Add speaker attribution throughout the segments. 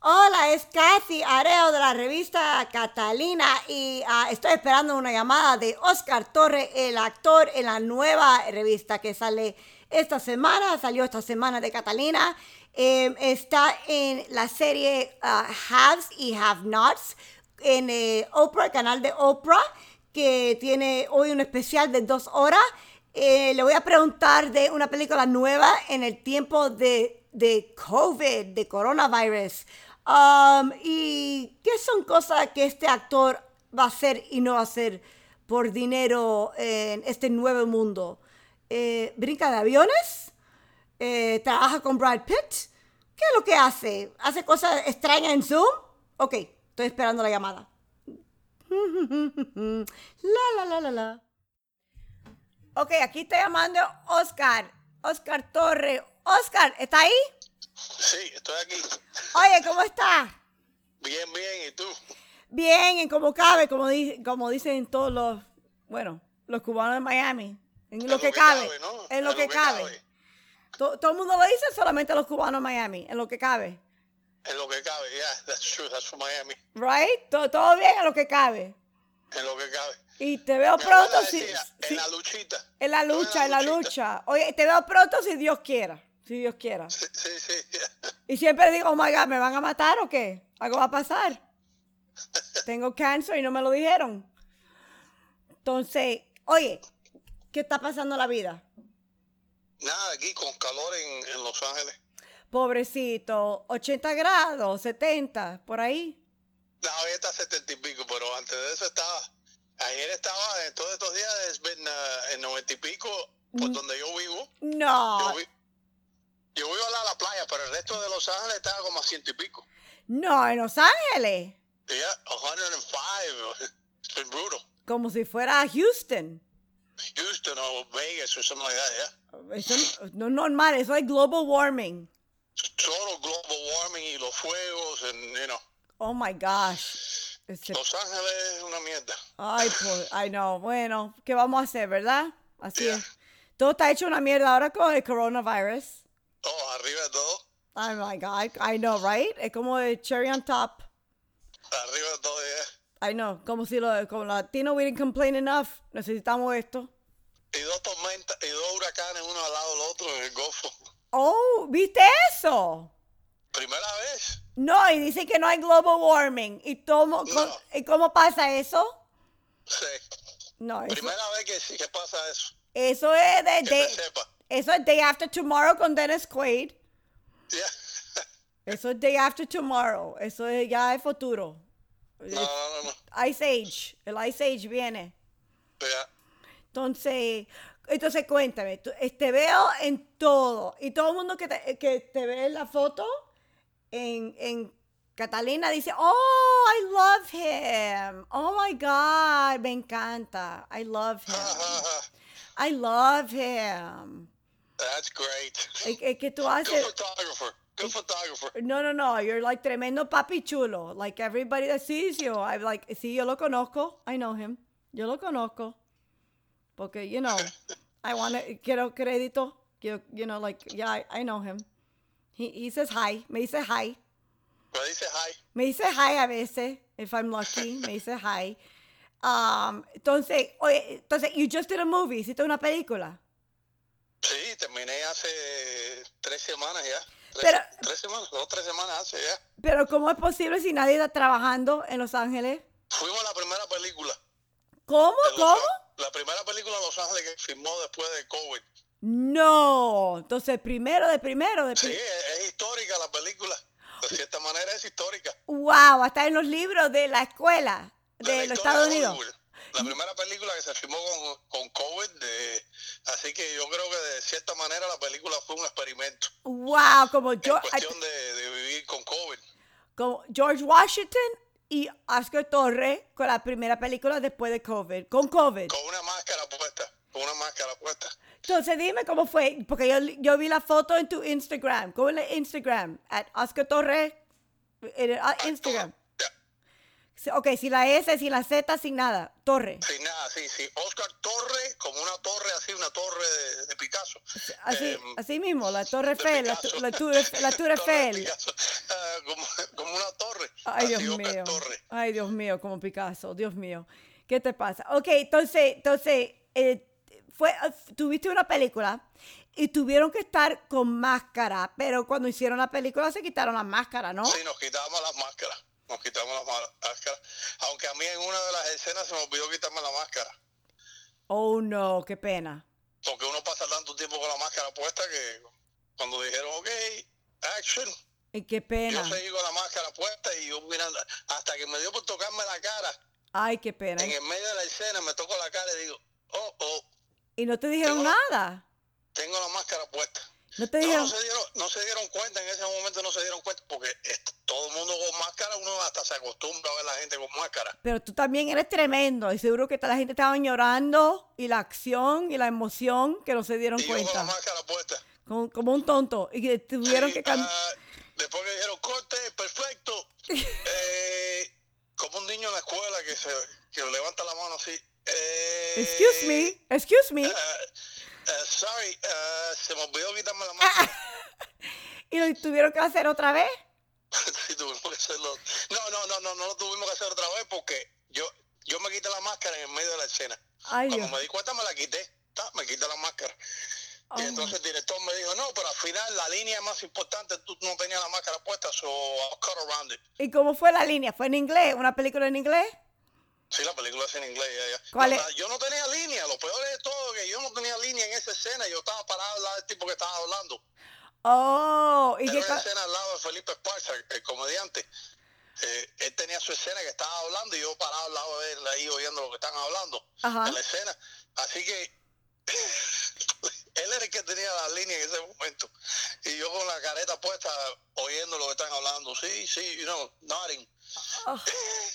Speaker 1: Hola, es Kathy Areo de la revista Catalina y ah, estoy esperando una llamada de Oscar Torre, el actor, en la nueva revista que sale esta semana, salió esta semana de Catalina. Eh, está en la serie ah, Haves y Have Nots en eh, Oprah, el canal de Oprah, que tiene hoy un especial de dos horas. Eh, le voy a preguntar de una película nueva en el tiempo de, de COVID, de coronavirus. Um, ¿Y qué son cosas que este actor va a hacer y no va a hacer por dinero en este nuevo mundo? Eh, ¿Brinca de aviones? Eh, ¿Trabaja con Brad Pitt? ¿Qué es lo que hace? ¿Hace cosas extrañas en Zoom? Ok, estoy esperando la llamada. La, la, la, la, la. Ok, aquí está llamando Oscar. Oscar Torre. Oscar, ¿está ahí?
Speaker 2: Sí, estoy aquí.
Speaker 1: Oye, ¿cómo estás?
Speaker 2: Bien, bien, ¿y tú?
Speaker 1: Bien, en como cabe, como, di- como dicen todos los, bueno, los cubanos de Miami. En lo que cabe.
Speaker 2: ¿no?
Speaker 1: En lo
Speaker 2: A
Speaker 1: que cabe. To- Todo el mundo lo dice, solamente los cubanos de Miami. En lo que cabe.
Speaker 2: En lo que cabe, yeah, that's true, that's from Miami.
Speaker 1: ¿Right? To- Todo bien en lo que cabe.
Speaker 2: En lo que cabe.
Speaker 1: Y te veo
Speaker 2: Mi
Speaker 1: pronto
Speaker 2: abuela
Speaker 1: si,
Speaker 2: decía,
Speaker 1: si-
Speaker 2: En la luchita.
Speaker 1: en la
Speaker 2: Estoy
Speaker 1: lucha, en la lucha. Oye, te veo pronto si Dios quiera. Si Dios quiera.
Speaker 2: Sí, sí, sí. yeah.
Speaker 1: Y siempre digo, oh my God, ¿me van a matar o qué? ¿Algo va a pasar? Tengo cáncer y no me lo dijeron. Entonces, oye, ¿qué está pasando en la vida?
Speaker 2: Nada, aquí con calor en, en Los Ángeles.
Speaker 1: Pobrecito, 80 grados, 70, por ahí.
Speaker 2: No, hoy está 70 y pico, pero antes de eso estaba. Ayer estaba, en todos estos días, es been, uh, en 90 y pico,
Speaker 1: Mm.
Speaker 2: por donde yo vivo.
Speaker 1: No,
Speaker 2: Yo, vi- yo vivo al lado de la playa, pero el resto de Los Ángeles estaba como a ciento y pico.
Speaker 1: no, en Los Ángeles,
Speaker 2: Yeah, 105. It's been brutal.
Speaker 1: como si fuera Houston.
Speaker 2: Houston or Vegas or something like that, yeah.
Speaker 1: Eso no es normal, eso es global warming.
Speaker 2: Total global warming y los fuegos, and, you know,
Speaker 1: Oh my gosh. Este-
Speaker 2: Los Ángeles es una mierda.
Speaker 1: Ay, pues, ay no, bueno, ¿qué vamos a hacer, verdad? Así
Speaker 2: Yeah.
Speaker 1: es. Todo está hecho una mierda ahora con el coronavirus.
Speaker 2: Oh, arriba de todo,
Speaker 1: Oh my God, I know, right? Es como el cherry on top.
Speaker 2: arriba de todo, yeah.
Speaker 1: I know, como si lo, como latino we didn't complain enough. Necesitamos esto.
Speaker 2: Y dos tormentas, y dos huracanes uno al lado del otro en el Golfo.
Speaker 1: Oh, ¿viste eso?
Speaker 2: Primera vez.
Speaker 1: No, y dicen que no hay global warming. ¿Y, tomo- con-
Speaker 2: No.
Speaker 1: ¿y cómo pasa eso?
Speaker 2: Sí.
Speaker 1: No, eso,
Speaker 2: Primera vez que, sí- que pasa eso.
Speaker 1: eso es de,
Speaker 2: Que
Speaker 1: de-
Speaker 2: se sepa.
Speaker 1: eso es Day After Tomorrow con Dennis Quaid.
Speaker 2: Yeah.
Speaker 1: Eso es Day After Tomorrow. Eso es ya el futuro.
Speaker 2: No, no, no. no.
Speaker 1: Ice Age. El Ice Age viene.
Speaker 2: Yeah.
Speaker 1: Entonces, entonces cuéntame, tú- eh, te veo en todo. Y todo el mundo que te, que te ve en la foto en, en Catalina dice, oh, I love him. Oh my God, me encanta. I love
Speaker 2: Ah,
Speaker 1: him. I love him.
Speaker 2: That's great.
Speaker 1: Es, es que tú
Speaker 2: Good
Speaker 1: haces...
Speaker 2: photographer. Good photographer.
Speaker 1: No, no, no, you're like tremendo papi chulo. Like everybody that sees you, I'm like, sí, yo lo conozco. I know him. Yo lo conozco. Porque, you know, I want quiero crédito. Quiero, you know, like, yeah, I, I know him. He, he says hi. Me dice hi.
Speaker 2: Pero dice hi.
Speaker 1: Me dice hi a veces, if I'm lucky. Me dice hi. Um, entonces, oye, entonces, you just did a movie. Hiciste una película.
Speaker 2: Sí, terminé hace tres semanas ya. Tres,
Speaker 1: Pero-
Speaker 2: tres semanas, dos tres semanas hace ya.
Speaker 1: Pero, ¿cómo es posible si nadie está trabajando en Los Ángeles?
Speaker 2: Fuimos la primera película.
Speaker 1: ¿Cómo?
Speaker 2: de Los
Speaker 1: ¿Cómo?
Speaker 2: Á- La primera película de Los Ángeles que filmó después de COVID.
Speaker 1: No, entonces primero de primero de
Speaker 2: Sí,
Speaker 1: pri-
Speaker 2: es, es histórica la película. De cierta manera es histórica.
Speaker 1: Wow, hasta en los libros de la escuela
Speaker 2: De la
Speaker 1: de los
Speaker 2: historia
Speaker 1: Estados
Speaker 2: de
Speaker 1: Unidos.
Speaker 2: Hollywood. La primera película que se filmó con, con COVID. de- así que yo creo que de cierta manera la película fue un experimento.
Speaker 1: Wow, como,
Speaker 2: En
Speaker 1: Geo-
Speaker 2: cuestión de, de vivir con COVID.
Speaker 1: como George Washington y Oscar Torres con la primera película después de COVID, con COVID.
Speaker 2: Con una máscara puesta. Con una máscara puesta.
Speaker 1: Entonces dime cómo fue, porque yo, yo vi la foto en tu Instagram, ¿cómo en el Instagram? At Oscar Torres, en el- ah, Instagram. Ok, si la S, si la Z, sin nada. Torre.
Speaker 2: Sin nada, sí, sí. Oscar Torre, como una torre así, una torre de, de Picasso.
Speaker 1: Así,
Speaker 2: Eh,
Speaker 1: así mismo, la Torre
Speaker 2: de
Speaker 1: Eiffel, la,
Speaker 2: Picasso.
Speaker 1: tu- la Tour Eiff- la Tour
Speaker 2: este Torre de
Speaker 1: Eiffel.
Speaker 2: Picasso. Ah, como, como una torre.
Speaker 1: Ay,
Speaker 2: así,
Speaker 1: Dios
Speaker 2: Oscar
Speaker 1: mío.
Speaker 2: Torre.
Speaker 1: Ay, Dios mío, como Picasso, Dios mío. ¿Qué te pasa? Ok, entonces, entonces eh, fue, tuviste una película y tuvieron que estar con máscara, pero cuando hicieron la película se quitaron la máscara, ¿no?
Speaker 2: Sí, nos quitamos las máscaras. Nos quitamos las ma- máscaras. Aunque a mí en una de las escenas se me olvidó quitarme la máscara.
Speaker 1: Oh, no, qué pena.
Speaker 2: Porque uno pasa tanto tiempo con la máscara puesta que cuando dijeron, ok, action,
Speaker 1: Ay, Eh, qué pena.
Speaker 2: yo seguí con la máscara puesta y yo mirando, hasta que me dio por tocarme la cara.
Speaker 1: Ay, qué pena.
Speaker 2: En el medio de la escena me toco la cara y digo, oh, oh,
Speaker 1: Y no te dijeron
Speaker 2: Tengo-
Speaker 1: nada.
Speaker 2: tengo la máscara puesta.
Speaker 1: No te
Speaker 2: No, no
Speaker 1: dijeron.
Speaker 2: se dieron, no se dieron cuenta, en ese momento no se dieron cuenta, porque es- todo el mundo con máscara, uno hasta se acostumbra a ver la gente con máscara.
Speaker 1: Pero tú también eres tremendo y seguro que ta- la gente estaba llorando y la acción y la emoción que no se dieron
Speaker 2: Y yo con la
Speaker 1: cuenta.
Speaker 2: máscara puesta.
Speaker 1: Como, como un tonto. Y que tuvieron
Speaker 2: Sí,
Speaker 1: que cambiar.
Speaker 2: ah, después que dijeron corte, perfecto. Eh, como un niño en la escuela que se que levanta la mano así. eh,
Speaker 1: Excuse me, excuse me.
Speaker 2: ah, ah, sorry, ah, se me olvidó quitarme la máscara.
Speaker 1: Y lo tuvieron que hacer otra vez.
Speaker 2: Sí, tuvimos que hacerlo. No, no, no, no, no lo tuvimos que hacer otra vez porque yo, yo me quité la máscara en el medio de la escena.
Speaker 1: Ay,
Speaker 2: Cuando
Speaker 1: Dios.
Speaker 2: me di cuenta me la quité. Ta, Me quité la máscara.
Speaker 1: Oh,
Speaker 2: Y entonces el director me dijo, no, pero al final la línea más importante, tú no tenías la máscara puesta, so I'll cut around it.
Speaker 1: ¿Y cómo fue la línea? ¿Fue en inglés? ¿Una película en inglés?
Speaker 2: Sí, la película es en inglés. ya, ya.
Speaker 1: ¿Cuál
Speaker 2: No,
Speaker 1: es?
Speaker 2: la- Yo no tenía línea. Lo peor de todo que yo no tenía línea en esa escena. Yo estaba parado al lado del tipo que estaba hablando.
Speaker 1: Oh, y
Speaker 2: Era
Speaker 1: qué
Speaker 2: una
Speaker 1: ca-
Speaker 2: escena al lado de Felipe Esparza, el comediante. Eh, él tenía su escena que estaba hablando y yo parado al lado de él ahí oyendo lo que están hablando
Speaker 1: Ajá.
Speaker 2: en la escena. Así que él era el que tenía la línea en ese momento. Y yo con la careta puesta oyendo lo que están hablando. Sí, sí, you know, nodding.
Speaker 1: Oh.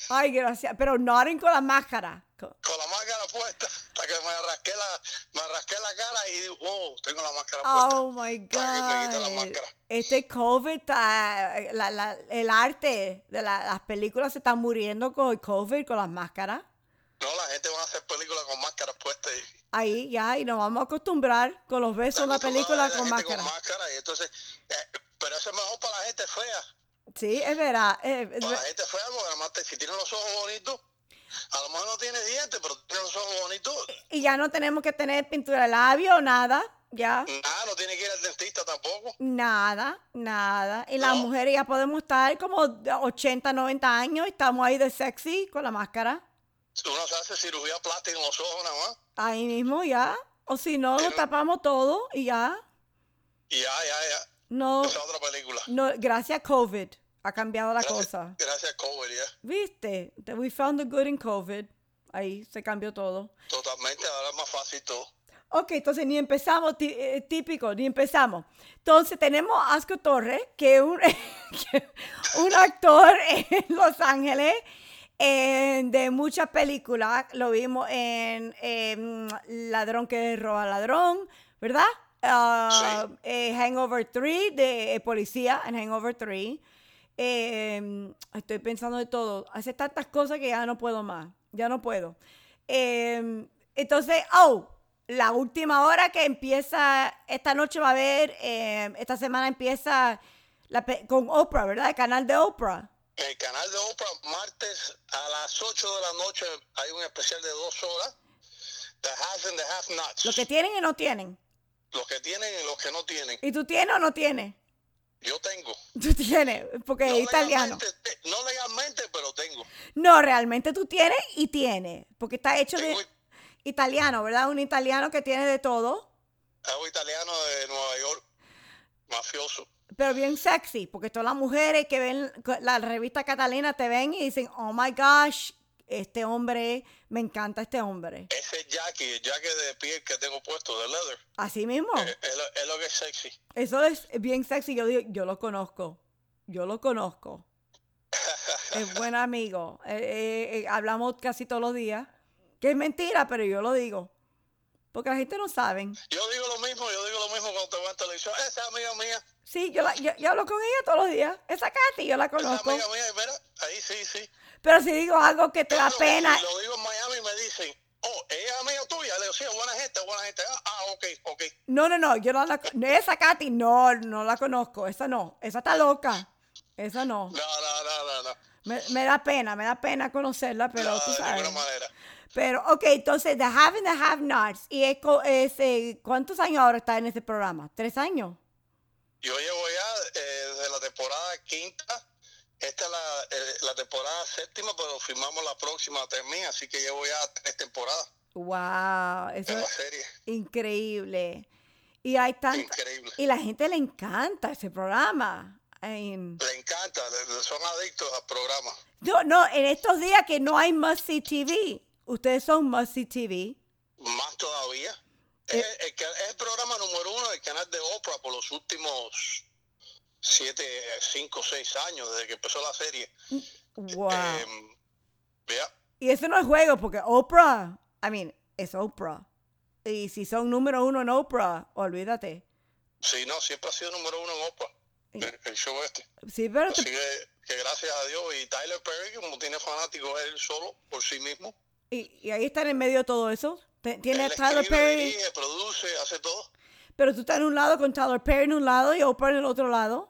Speaker 1: Ay, gracias. Pero no con la máscara. Co-
Speaker 2: con la máscara puesta hasta que me rasqué la, me rasqué la cara y digo, wow, tengo la máscara puesta.
Speaker 1: Oh my
Speaker 2: Para que me quite la
Speaker 1: God.
Speaker 2: máscara.
Speaker 1: Este COVID, está- la- la- el arte de la- las películas se están muriendo con el COVID, con las máscaras.
Speaker 2: No, la gente va a hacer películas con máscaras puestas. Y,
Speaker 1: Ahí ya, y nos vamos a acostumbrar con los besos en la película
Speaker 2: Hay
Speaker 1: con
Speaker 2: gente
Speaker 1: máscara.
Speaker 2: Con máscara y entonces, eh, pero eso es mejor para la gente fea.
Speaker 1: Sí, es verdad. eh, es
Speaker 2: Para la
Speaker 1: ver-
Speaker 2: gente fea, porque además te- si tienen los ojos bonitos, a lo mejor no tiene dientes, pero tiene los ojos bonitos,
Speaker 1: y ya no tenemos que tener pintura de labio, nada, ya.
Speaker 2: nada, no tiene que ir al dentista tampoco.
Speaker 1: Nada, nada. Y las
Speaker 2: No.
Speaker 1: mujeres ya podemos estar como de 80, 90 años, y estamos ahí de sexy con la máscara.
Speaker 2: Uno se hace cirugía plástica en los ojos nada más.
Speaker 1: Ahí mismo ya. O si no, lo
Speaker 2: Pero-
Speaker 1: tapamos todo y ya.
Speaker 2: Y ya, ya, ya.
Speaker 1: No,
Speaker 2: Esa es otra película.
Speaker 1: no, gracias COVID ha cambiado la
Speaker 2: Gracias,
Speaker 1: cosa.
Speaker 2: gracias Cover, ya.
Speaker 1: ¿Viste? That We found the good in COVID. Ahí se cambió todo.
Speaker 2: Totalmente, ahora es más fácil todo.
Speaker 1: Ok, entonces ni empezamos, tí- eh, típico, ni empezamos. Entonces tenemos a Asco Torres, que es un, que un actor en Los Ángeles eh, de muchas películas. Lo vimos en eh, Ladrón que roba ladrón, ¿verdad? Ah,
Speaker 2: Sí.
Speaker 1: eh, Hangover 3, de eh, policía en Hangover 3. Eh, estoy pensando de todo. Hace tantas cosas que ya no puedo más. Ya no puedo. Eh, entonces, oh, la última hora que empieza, esta noche va a haber, eh, esta semana empieza la pe- con Oprah, ¿verdad? El canal de Oprah.
Speaker 2: El canal de Oprah, martes a las 8 de la noche, hay un especial de dos horas. The has and the have nots.
Speaker 1: Lo que tienen y no tienen.
Speaker 2: los que tienen y los que no tienen.
Speaker 1: ¿Y tú tienes o no tienes?
Speaker 2: Yo tengo.
Speaker 1: Tú tienes, porque
Speaker 2: No
Speaker 1: es italiano.
Speaker 2: legalmente, te- no legalmente, pero tengo.
Speaker 1: No, realmente tú tienes y tienes, porque está hecho de
Speaker 2: Tengo-
Speaker 1: italiano, ¿verdad? Un italiano que tiene de todo,
Speaker 2: Hago italiano de Nueva York, mafioso.
Speaker 1: pero bien sexy, porque todas las mujeres que ven co- la revista Catalina te ven y dicen, oh my gosh, este hombre, me encanta este hombre.
Speaker 2: Ese jacket, el jacket de piel que tengo puesto, de leather,
Speaker 1: Así mismo.
Speaker 2: eh, es, lo, es lo que es sexy.
Speaker 1: Eso es bien sexy. Yo digo, yo lo conozco. Yo lo conozco. Es buen amigo. Eh, eh, eh, hablamos casi todos los días. Que es mentira, pero yo lo digo. Porque la gente no sabe.
Speaker 2: Yo digo lo mismo, yo digo lo mismo cuando te veo en televisión. Esa es amiga mía,
Speaker 1: Sí, yo, la- yo, yo hablo con ella todos los días. Esa Katy, yo la
Speaker 2: esa es
Speaker 1: conozco.
Speaker 2: amiga mía, y mira, ahí sí, sí.
Speaker 1: Pero si digo algo que te da
Speaker 2: Eso,
Speaker 1: pena,
Speaker 2: y Lo digo en Miami me dicen, oh, ella es amiga tuya. Le digo, sí, es buena gente, es buena gente. Ah, ah, ok, ok.
Speaker 1: No, no, no, yo no la no, esa Katy, no, no la conozco, esa no, esa está loca, esa no.
Speaker 2: No, no, no, no, no.
Speaker 1: Me, me da pena, me da pena conocerla, pero
Speaker 2: no,
Speaker 1: tú
Speaker 2: de
Speaker 1: sabes.
Speaker 2: ninguna manera.
Speaker 1: Pero, ok, entonces, The Have and The Have Nots, y es co- es, eh, ¿cuántos años ahora está en ese programa? ¿Tres años?
Speaker 2: Yo llevo ya eh, desde la temporada quinta. Esta es la, eh, la temporada séptima, pero firmamos la próxima también, así que llevo ya tres temporadas
Speaker 1: Wow, eso
Speaker 2: en la
Speaker 1: es
Speaker 2: serie.
Speaker 1: increíble. Y hay tanta,
Speaker 2: Increíble.
Speaker 1: y la gente le encanta ese programa. Ay,
Speaker 2: Le encanta, le- le- son adictos al programa.
Speaker 1: no, no, en estos días que no hay Must See TV, ustedes son Must See TV.
Speaker 2: Más todavía.
Speaker 1: Eh.
Speaker 2: Es, el, que- es el programa número uno del canal de Oprah por los últimos siete, cinco, seis años, desde que empezó la serie.
Speaker 1: Wow.
Speaker 2: Em, ya.
Speaker 1: Y eso no es juego, porque Oprah, I mean, es Oprah. Y si son número uno en Oprah, olvídate.
Speaker 2: Sí, no, siempre ha sido número uno en Oprah, el, el show este.
Speaker 1: Sí, pero
Speaker 2: Así
Speaker 1: te-
Speaker 2: que, que gracias a Dios. Y Tyler Perry, como tiene fanáticos él solo, por sí mismo.
Speaker 1: y, y ahí está en el medio de todo eso. Te- Tiene a
Speaker 2: él
Speaker 1: Tyler
Speaker 2: escribe,
Speaker 1: Perry,
Speaker 2: dirige, produce, hace todo.
Speaker 1: pero tú estás en un lado con Tyler Perry en un lado y Oprah en el otro lado.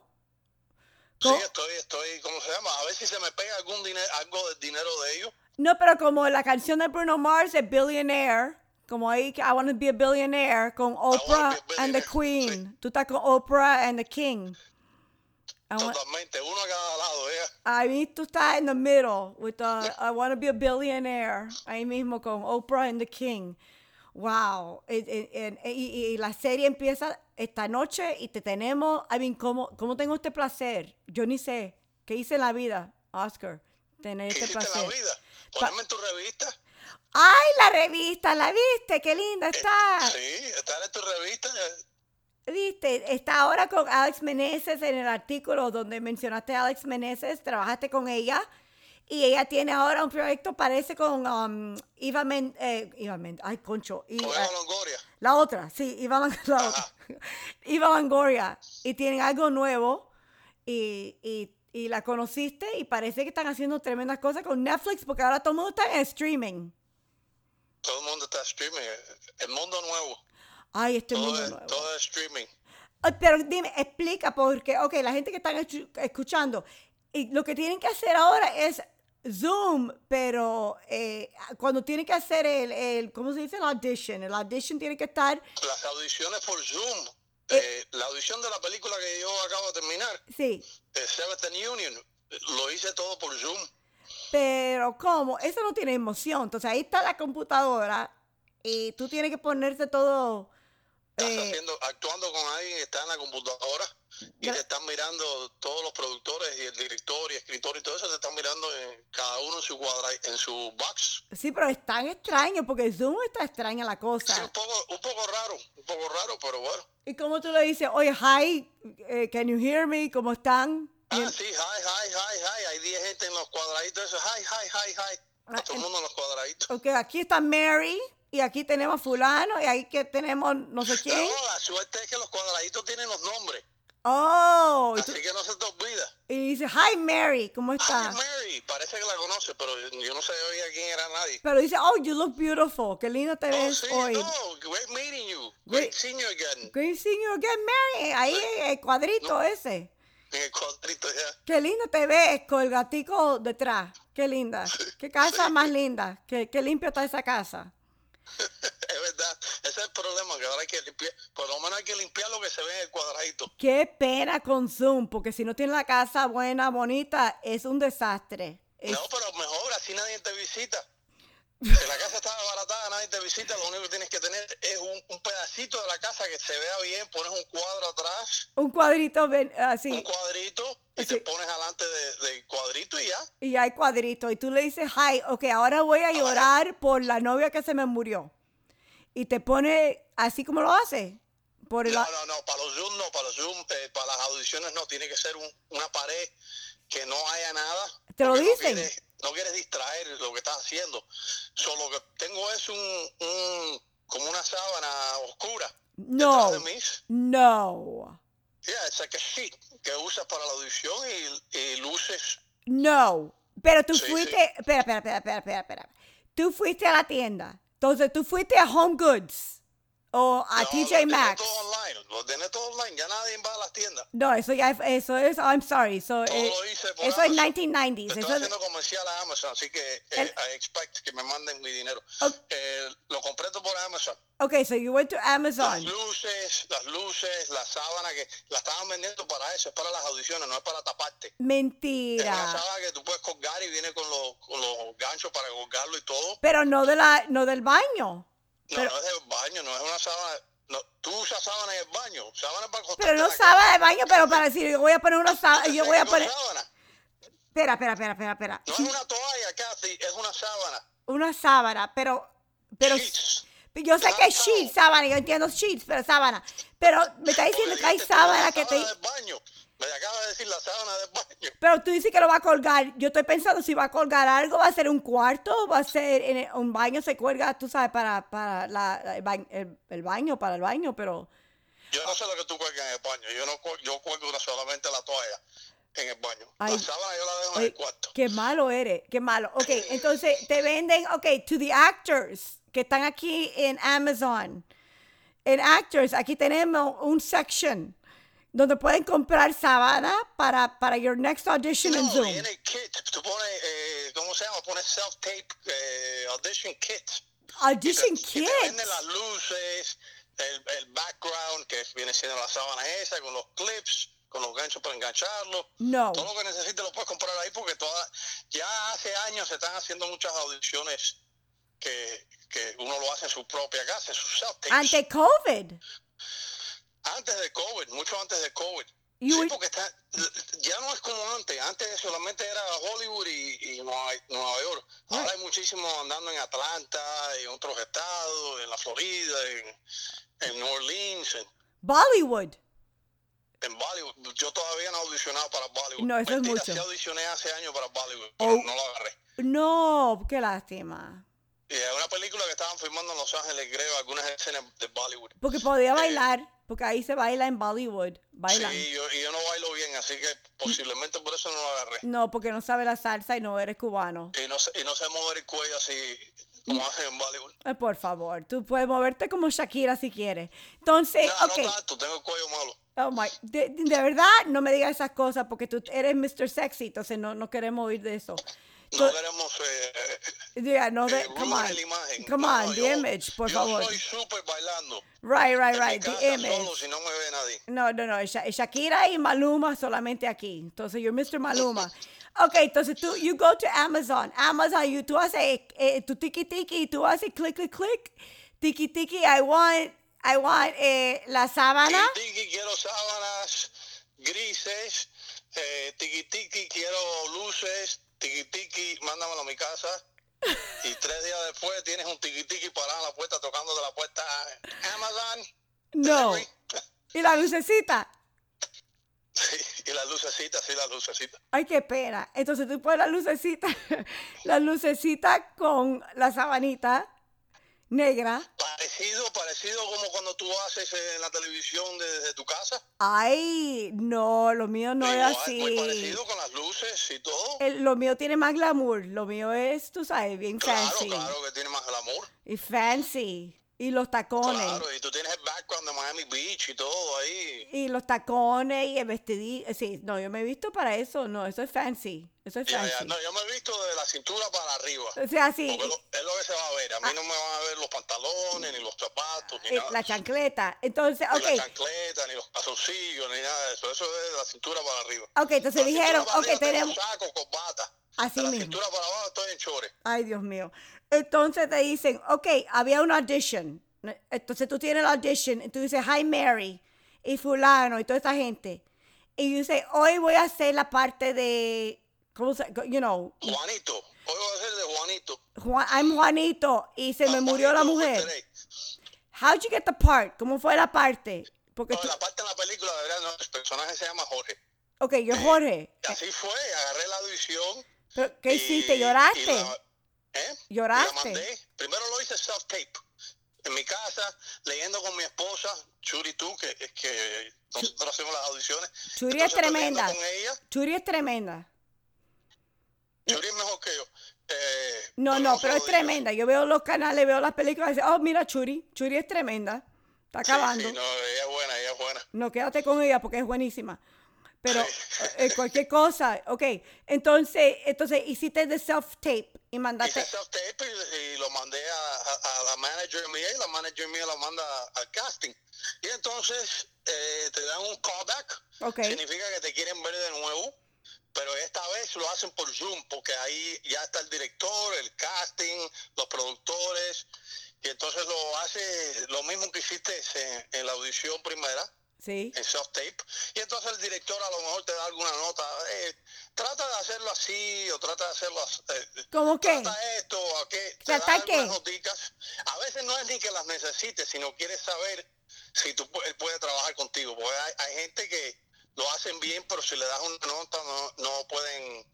Speaker 1: Co-
Speaker 2: Sí, estoy, estoy, ¿cómo se llama? A ver si se me pega algún dinero, algo del dinero de ellos.
Speaker 1: No, pero como la canción de Bruno Mars es Billionaire, como ahí que I Wanna Be a Billionaire con Oprah
Speaker 2: be a
Speaker 1: and the
Speaker 2: billionaire,
Speaker 1: Queen. Tú estás con Oprah and the King. I wa-
Speaker 2: Totalmente, uno a cada lado, ¿eh?
Speaker 1: I mean, tú estás en the middle with the, I want to be a billionaire. Ahí mismo con Oprah and the King. Wow. Eh, eh, eh, eh, y, y- y la serie empieza esta noche y te tenemos. I mean, ¿cómo, cómo tengo este placer? Yo ni sé. ¿Qué hice en la vida, Oscar? Tener este
Speaker 2: ¿Qué hiciste en
Speaker 1: placer.
Speaker 2: la vida? Ponerme en tu revista.
Speaker 1: ¡Ay, la revista! ¿La viste? ¡Qué
Speaker 2: Eh,
Speaker 1: linda está!
Speaker 2: Sí, estar en tu revista. eh,
Speaker 1: Viste, está ahora con Alex Meneses en el artículo donde mencionaste a Alex Meneses, trabajaste con ella y ella tiene ahora un proyecto, parece con um, Iva Men, eh, Iva Men- ay concho, y,
Speaker 2: Con
Speaker 1: eh,
Speaker 2: Eva Longoria.
Speaker 1: la otra, sí, Iva, Lang- la otra. Iva Longoria, y tienen algo nuevo y, y- y la conociste y parece que están haciendo tremendas cosas con Netflix porque ahora todo el mundo está en streaming.
Speaker 2: Todo el mundo está streaming. eh, El mundo nuevo.
Speaker 1: Ay, este
Speaker 2: Todo,
Speaker 1: mundo
Speaker 2: es,
Speaker 1: nuevo.
Speaker 2: todo es streaming.
Speaker 1: Ay, Oh, Pero dime, explica, porque, ok, la gente que están escu- escuchando, y lo que tienen que hacer ahora es Zoom, pero eh, cuando tienen que hacer el, el, ¿cómo se dice? El audition. El audition tiene que estar,
Speaker 2: Las audiciones por Zoom.
Speaker 1: Eh.
Speaker 2: eh, la audición de la película que yo acabo de terminar,
Speaker 1: sí,
Speaker 2: eh, Seventh Union, eh, lo hice todo por Zoom.
Speaker 1: pero ¿cómo? Eso no tiene emoción. Entonces ahí está la computadora y tú tienes que ponerse todo...
Speaker 2: Estás
Speaker 1: eh,
Speaker 2: haciendo, actuando con alguien que está en la computadora y
Speaker 1: Ya.
Speaker 2: te están mirando todos los productores y el director y escritor y todo eso, te están mirando eh, cada uno en su cuadra, en su box.
Speaker 1: sí, pero es tan extraño, porque Zoom está extraña la
Speaker 2: Sí,
Speaker 1: cosa.
Speaker 2: un poco, un poco raro, un poco raro, pero bueno.
Speaker 1: ¿Y cómo tú le dices, oye, hi, eh, can you hear me? ¿Cómo están? Y
Speaker 2: Ah,
Speaker 1: el-
Speaker 2: sí, hi, hi, hi, hi. Hay 10 gente en los cuadraditos. Eso, hi, hi, hi, hi.
Speaker 1: Ah,
Speaker 2: Todo el mundo en los cuadraditos.
Speaker 1: Ok, aquí está Mary y aquí tenemos a fulano y aquí que tenemos no sé quién.
Speaker 2: No, la suerte es que los cuadraditos tienen los nombres.
Speaker 1: Oh, y, tú-
Speaker 2: Así que no se te olvida.
Speaker 1: y dice, hi Mary, ¿cómo
Speaker 2: Hi,
Speaker 1: estás?
Speaker 2: Mary. Parece que la conoce, pero yo no sabía quién era nadie.
Speaker 1: Pero dice, oh, you look beautiful, qué linda te
Speaker 2: Oh,
Speaker 1: ves
Speaker 2: sí,
Speaker 1: hoy.
Speaker 2: no. Great meeting you.
Speaker 1: Great-
Speaker 2: Great seeing you again.
Speaker 1: Green Senior, get Mary, ahí en el cuadrito ese.
Speaker 2: En el cuadrito ya.
Speaker 1: Qué linda te ves con el gatico detrás, qué linda. Qué casa más linda, qué, qué limpio está esa casa.
Speaker 2: Es verdad. Ese es el problema, que ahora hay que limpiar. Por lo menos hay que limpiar lo que se ve en el cuadradito.
Speaker 1: Qué pena con Zoom, porque si no tienes la casa buena, bonita, es un desastre. Es-
Speaker 2: No, pero mejor, así nadie te visita. Si la casa está abaratada, nadie te visita, lo único que tienes que tener es un, un pedacito de la casa que se vea bien, pones un cuadro atrás,
Speaker 1: un cuadrito ven- así.
Speaker 2: un cuadrito, y
Speaker 1: Sí.
Speaker 2: te pones adelante de- del cuadrito y ya.
Speaker 1: Y hay cuadrito. Y tú le dices, hi, ok, ahora voy a llorar por la novia que se me murió. Y te pone así como lo hace. Por el,
Speaker 2: No, no, no, para los Zoom no, para los Zoom, eh, para las audiciones no, tiene que ser un- una pared que no haya nada.
Speaker 1: Te lo
Speaker 2: porque
Speaker 1: dicen.
Speaker 2: No quieres, no quieres distraer lo que estás haciendo. Solo que tengo es un, un- como una sábana oscura.
Speaker 1: no,
Speaker 2: detrás de mí.
Speaker 1: no,
Speaker 2: Ya, esa que sí, que usas para la audición y, y luces.
Speaker 1: no. Pero tú
Speaker 2: Sí,
Speaker 1: fuiste,
Speaker 2: sí.
Speaker 1: espera, espera, espera, espera, espera, espera. Tú fuiste a la tienda. Entonces tú fuiste a Home Goods o a
Speaker 2: No,
Speaker 1: TJ
Speaker 2: lo
Speaker 1: Maxx.
Speaker 2: Tené todo online, lo tené todo online, ya nadie va a las tiendas.
Speaker 1: No, eso ya es- eso es, I'm sorry, eso,
Speaker 2: Todo
Speaker 1: eh,
Speaker 2: lo hice por
Speaker 1: eso es
Speaker 2: Amazon.
Speaker 1: 1990s. Eso
Speaker 2: Te estoy
Speaker 1: es-
Speaker 2: haciendo comercial a Amazon, así que eh,
Speaker 1: El-
Speaker 2: I expect que me manden mi dinero.
Speaker 1: Ok.
Speaker 2: Eh, lo compré todo por Amazon.
Speaker 1: okay, so you went to
Speaker 2: Las
Speaker 1: Amazon.
Speaker 2: luces, las luces, la sábana que la estaban vendiendo para eso, es para las audiciones, no es para taparte. Es una
Speaker 1: Mentira.
Speaker 2: sábana que tú puedes colgar y viene con los, con los ganchos para colgarlo y todo.
Speaker 1: Pero no de la, no del baño.
Speaker 2: No,
Speaker 1: Pero-
Speaker 2: no es del baño, no es una sábana. No, tú usas sábana en el baño, sábana para
Speaker 1: Pero
Speaker 2: acostarte
Speaker 1: no
Speaker 2: en la cama.
Speaker 1: sábana de baño, pero para decir, yo voy a poner una sábana,
Speaker 2: Entonces,
Speaker 1: yo voy a
Speaker 2: ¿qué
Speaker 1: poner...
Speaker 2: sábana?
Speaker 1: Espera, espera, espera, espera, espera.
Speaker 2: No es una toalla, Kathy, es una sábana.
Speaker 1: Una sábana, pero... Pero
Speaker 2: Sheets.
Speaker 1: yo sé que es sheets, sábana, yo entiendo sheets, pero sábana. Pero me está diciendo que hay sábana que te...
Speaker 2: del baño. Me acaba de decir la sábana del baño.
Speaker 1: Pero tú dices que lo va a colgar. Yo estoy pensando si va a colgar algo, va a ser un cuarto, va a ser en el- un baño, se cuelga, tú sabes, para, para la, la- el, baño, el, el baño, para el baño, pero...
Speaker 2: Yo
Speaker 1: Ah.
Speaker 2: no sé lo que tú cuelgas en el baño. Yo no cuel- yo cuelgo una- solamente la toalla en el baño.
Speaker 1: Ay.
Speaker 2: la sábana yo la dejo en
Speaker 1: Oye,
Speaker 2: el cuarto.
Speaker 1: qué malo eres, qué malo. Ok, entonces te venden, ok, to the actors que están aquí en Amazon. En actors, aquí tenemos un section donde pueden comprar sabana para, para your next audition en
Speaker 2: No,
Speaker 1: Zoom.
Speaker 2: viene el kit. Tú pones, eh, ¿cómo se llama? Pones self-tape eh, audition kit.
Speaker 1: Audition
Speaker 2: Y te
Speaker 1: kit.
Speaker 2: venden las luces, el, el background que viene siendo la sábana esa, con los clips, con los ganchos para engancharlo.
Speaker 1: No.
Speaker 2: Todo lo que necesites lo puedes comprar ahí porque toda, ya hace años se están haciendo muchas audiciones que, que uno lo hace en su propia casa, en sus self-tapes.
Speaker 1: Ante COVID.
Speaker 2: Antes de COVID, mucho antes de COVID.
Speaker 1: You
Speaker 2: sí,
Speaker 1: would-
Speaker 2: porque está, ya no es como antes. Antes solamente era Hollywood y, y Nueva, Nueva York. Ahora hay muchísimos andando en Atlanta, en otros estados, en la Florida, en, en New Orleans, en,
Speaker 1: Bollywood.
Speaker 2: en Bollywood. Yo todavía no he audicionado para Bollywood.
Speaker 1: No, eso es
Speaker 2: Mentira,
Speaker 1: mucho.
Speaker 2: sí audicioné hace años para Bollywood, pero
Speaker 1: Oh.
Speaker 2: no lo agarré.
Speaker 1: No, qué lástima.
Speaker 2: Y es una película que estaban filmando en Los Ángeles, creo, algunas escenas de Bollywood.
Speaker 1: Porque podía bailar, porque ahí se baila en Bollywood. Bailan.
Speaker 2: Sí, yo, y yo no bailo bien, así que posiblemente por eso no lo agarré.
Speaker 1: No, porque no sabe la salsa y no eres cubano.
Speaker 2: Y no, sé- y no sé mover el cuello así
Speaker 1: Mm.
Speaker 2: como hacen en Bollywood.
Speaker 1: Ay, por favor, tú puedes moverte como Shakira si quieres. Entonces,
Speaker 2: No,
Speaker 1: Eh, ok,
Speaker 2: no tanto, tengo el cuello malo.
Speaker 1: oh my, de, de verdad no me digas esas cosas porque tú eres Mr. Sexy, entonces no, no queremos oír de eso.
Speaker 2: No
Speaker 1: So-
Speaker 2: queremos eh, eh,
Speaker 1: yeah, no, de-
Speaker 2: eh,
Speaker 1: come on,
Speaker 2: ruinar la imagen.
Speaker 1: come
Speaker 2: No,
Speaker 1: on,
Speaker 2: no,
Speaker 1: the
Speaker 2: yo-
Speaker 1: image, por
Speaker 2: yo
Speaker 1: favor.
Speaker 2: soy súper bailando.
Speaker 1: Right, right,
Speaker 2: en mi
Speaker 1: right, the
Speaker 2: casa, solo,
Speaker 1: image.
Speaker 2: si no me ve nadie.
Speaker 1: No, no, no, Sha- Shakira y Maluma solamente aquí. Entonces, you're Mr. Maluma. Ok, entonces tú, you go to Amazon. Amazon, you, tú haces eh, tu tiki tiki, tú haces click, click, click. Tiki tiki, I want, I want eh, la sábana.
Speaker 2: Tiki tiki, quiero sábanas grises. Eh, tiki tiki, quiero luces. Tiki tiki, mándamelo a mi casa. Y tres días después tienes un tiki tiki parado en la puerta, tocando de la puerta. eh, Amazon.
Speaker 1: No.
Speaker 2: delivery.
Speaker 1: Y la lucecita.
Speaker 2: Sí, y las lucecitas, sí, las lucecitas.
Speaker 1: Ay, qué pena. Entonces tú pones la lucecita, la lucecita con la sabanita negra.
Speaker 2: Parecido, parecido como cuando tú haces eh, en la televisión desde tu casa.
Speaker 1: Ay, no, lo mío no es
Speaker 2: Igual,
Speaker 1: así.
Speaker 2: Muy parecido con las luces y todo.
Speaker 1: El- lo mío tiene más glamour. Lo mío es, tú sabes, bien
Speaker 2: Claro,
Speaker 1: fancy.
Speaker 2: claro que tiene más glamour.
Speaker 1: Y fancy. Y los tacones.
Speaker 2: Claro, y tú tienes el background de Miami Beach y todo ahí.
Speaker 1: Y los tacones y el vestidito. Sí, no, yo me he visto para eso. No, eso es fancy. Eso es
Speaker 2: Ya, ya,
Speaker 1: fancy.
Speaker 2: No, yo me he visto de la cintura para arriba.
Speaker 1: O sea, sí. Ah.
Speaker 2: Porque lo- es lo que se va a ver. A mí no me van a ver los pantalones, ni los zapatos, ni
Speaker 1: eh,
Speaker 2: nada.
Speaker 1: La chancleta. Entonces,
Speaker 2: Ni la
Speaker 1: ok.
Speaker 2: chancleta, ni los calzoncillos, ni nada de eso. Eso es de la cintura para arriba.
Speaker 1: Ok, entonces
Speaker 2: De la cintura
Speaker 1: dijeron,
Speaker 2: para
Speaker 1: ok,
Speaker 2: arriba tengo
Speaker 1: tenemos.
Speaker 2: saco, corbata.
Speaker 1: Así
Speaker 2: de la
Speaker 1: mismo.
Speaker 2: cintura para abajo estoy en chores.
Speaker 1: Ay, Dios mío. Entonces te dicen, ok, había una audition. Entonces tú tienes la audition y tú dices, hi Mary y fulano y toda esta gente. Y dices, hoy voy a hacer la parte de, ¿cómo se, you know,
Speaker 2: Juanito. Hoy voy a ser de Juanito.
Speaker 1: Juan, I'm Juanito y se me murió la
Speaker 2: Juanito,
Speaker 1: mujer.
Speaker 2: Monterrey.
Speaker 1: How'd you get the part? ¿Cómo fue la parte? Porque
Speaker 2: No,
Speaker 1: tú,
Speaker 2: la parte en la película, de verdad, no, el personaje se llama Jorge.
Speaker 1: ok, yo
Speaker 2: eh,
Speaker 1: Jorge.
Speaker 2: Y así fue, agarré la audición.
Speaker 1: ¿Pero ¿Qué
Speaker 2: y-
Speaker 1: hiciste?
Speaker 2: y
Speaker 1: ¿Lloraste?
Speaker 2: la- ¿eh? Y la
Speaker 1: ¿Lloraste?
Speaker 2: mandé. Primero lo hice self-tape. En mi casa, leyendo con mi esposa, Churi Tú, que, que nosotros hacemos las audiciones.
Speaker 1: Churi es
Speaker 2: Entonces, estoy leyendo
Speaker 1: tremenda.
Speaker 2: Con ella.
Speaker 1: Churi es tremenda.
Speaker 2: Churi Eh,
Speaker 1: No, no, pero es tremenda. Yo veo los canales, veo las películas y digo, oh, mira, Churi. Churi es tremenda. Está acabando.
Speaker 2: Sí, sí, no, ella es buena, ella es buena.
Speaker 1: No, quédate con ella porque es buenísima. Pero eh, cualquier cosa, ok. Entonces, entonces hiciste de self-tape y mandaste.
Speaker 2: Hice self-tape y, y lo mandé a, a- a la manager mía y la manager mía lo manda al casting. Y entonces eh, te dan un callback.
Speaker 1: Ok.
Speaker 2: Significa que te quieren ver de nuevo, pero esta vez lo hacen por Zoom, porque ahí ya está el director, el casting, los productores. Y entonces lo hace lo mismo que hiciste en- en la audición primera
Speaker 1: Sí.
Speaker 2: en soft tape. Y entonces el director a lo mejor te da alguna nota. eh, trata de hacerlo así o trata de hacerlo as- eh,
Speaker 1: ¿Cómo qué?
Speaker 2: Trata esto o qué. Te
Speaker 1: ¿Trata
Speaker 2: da
Speaker 1: qué?
Speaker 2: algunas noticas. A veces no es ni que las necesites, sino quieres saber si tú, pu- él puede trabajar contigo. Porque hay, hay gente que lo hacen bien, pero si le das una nota no, no pueden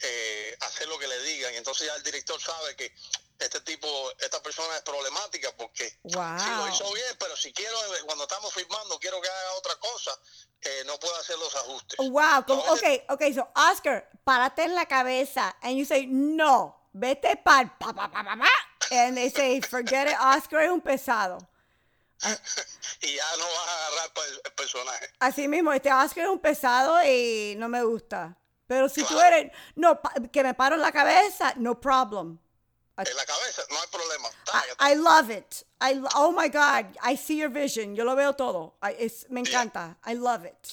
Speaker 2: eh, hacer lo que le digan. Y entonces ya el director sabe que este tipo, esta persona es problemática porque Sí, lo hizo
Speaker 1: Wow.
Speaker 2: bien, pero si quiero, eh, cuando estamos firmando, quiero que haga otra cosa, eh, no puedo hacer los ajustes.
Speaker 1: Wow. como-
Speaker 2: A veces-
Speaker 1: ok, ok. So, Oscar, párate en la cabeza. And you say, no. Vete para. Pa, pa, pa, pa, pa. And they say, forget it. Oscar es un pesado.
Speaker 2: Y ya no vas a agarrar pa- el, personaje.
Speaker 1: Así mismo, este Oscar es un pesado y no me gusta. Pero si tú eres, no, pa- que me paro en la cabeza, no problem.
Speaker 2: En la cabeza, no hay problema. Tágate.
Speaker 1: I, I love it. I, lo- oh my God, I see your vision. Yo lo veo todo. I- es- me encanta. I love it.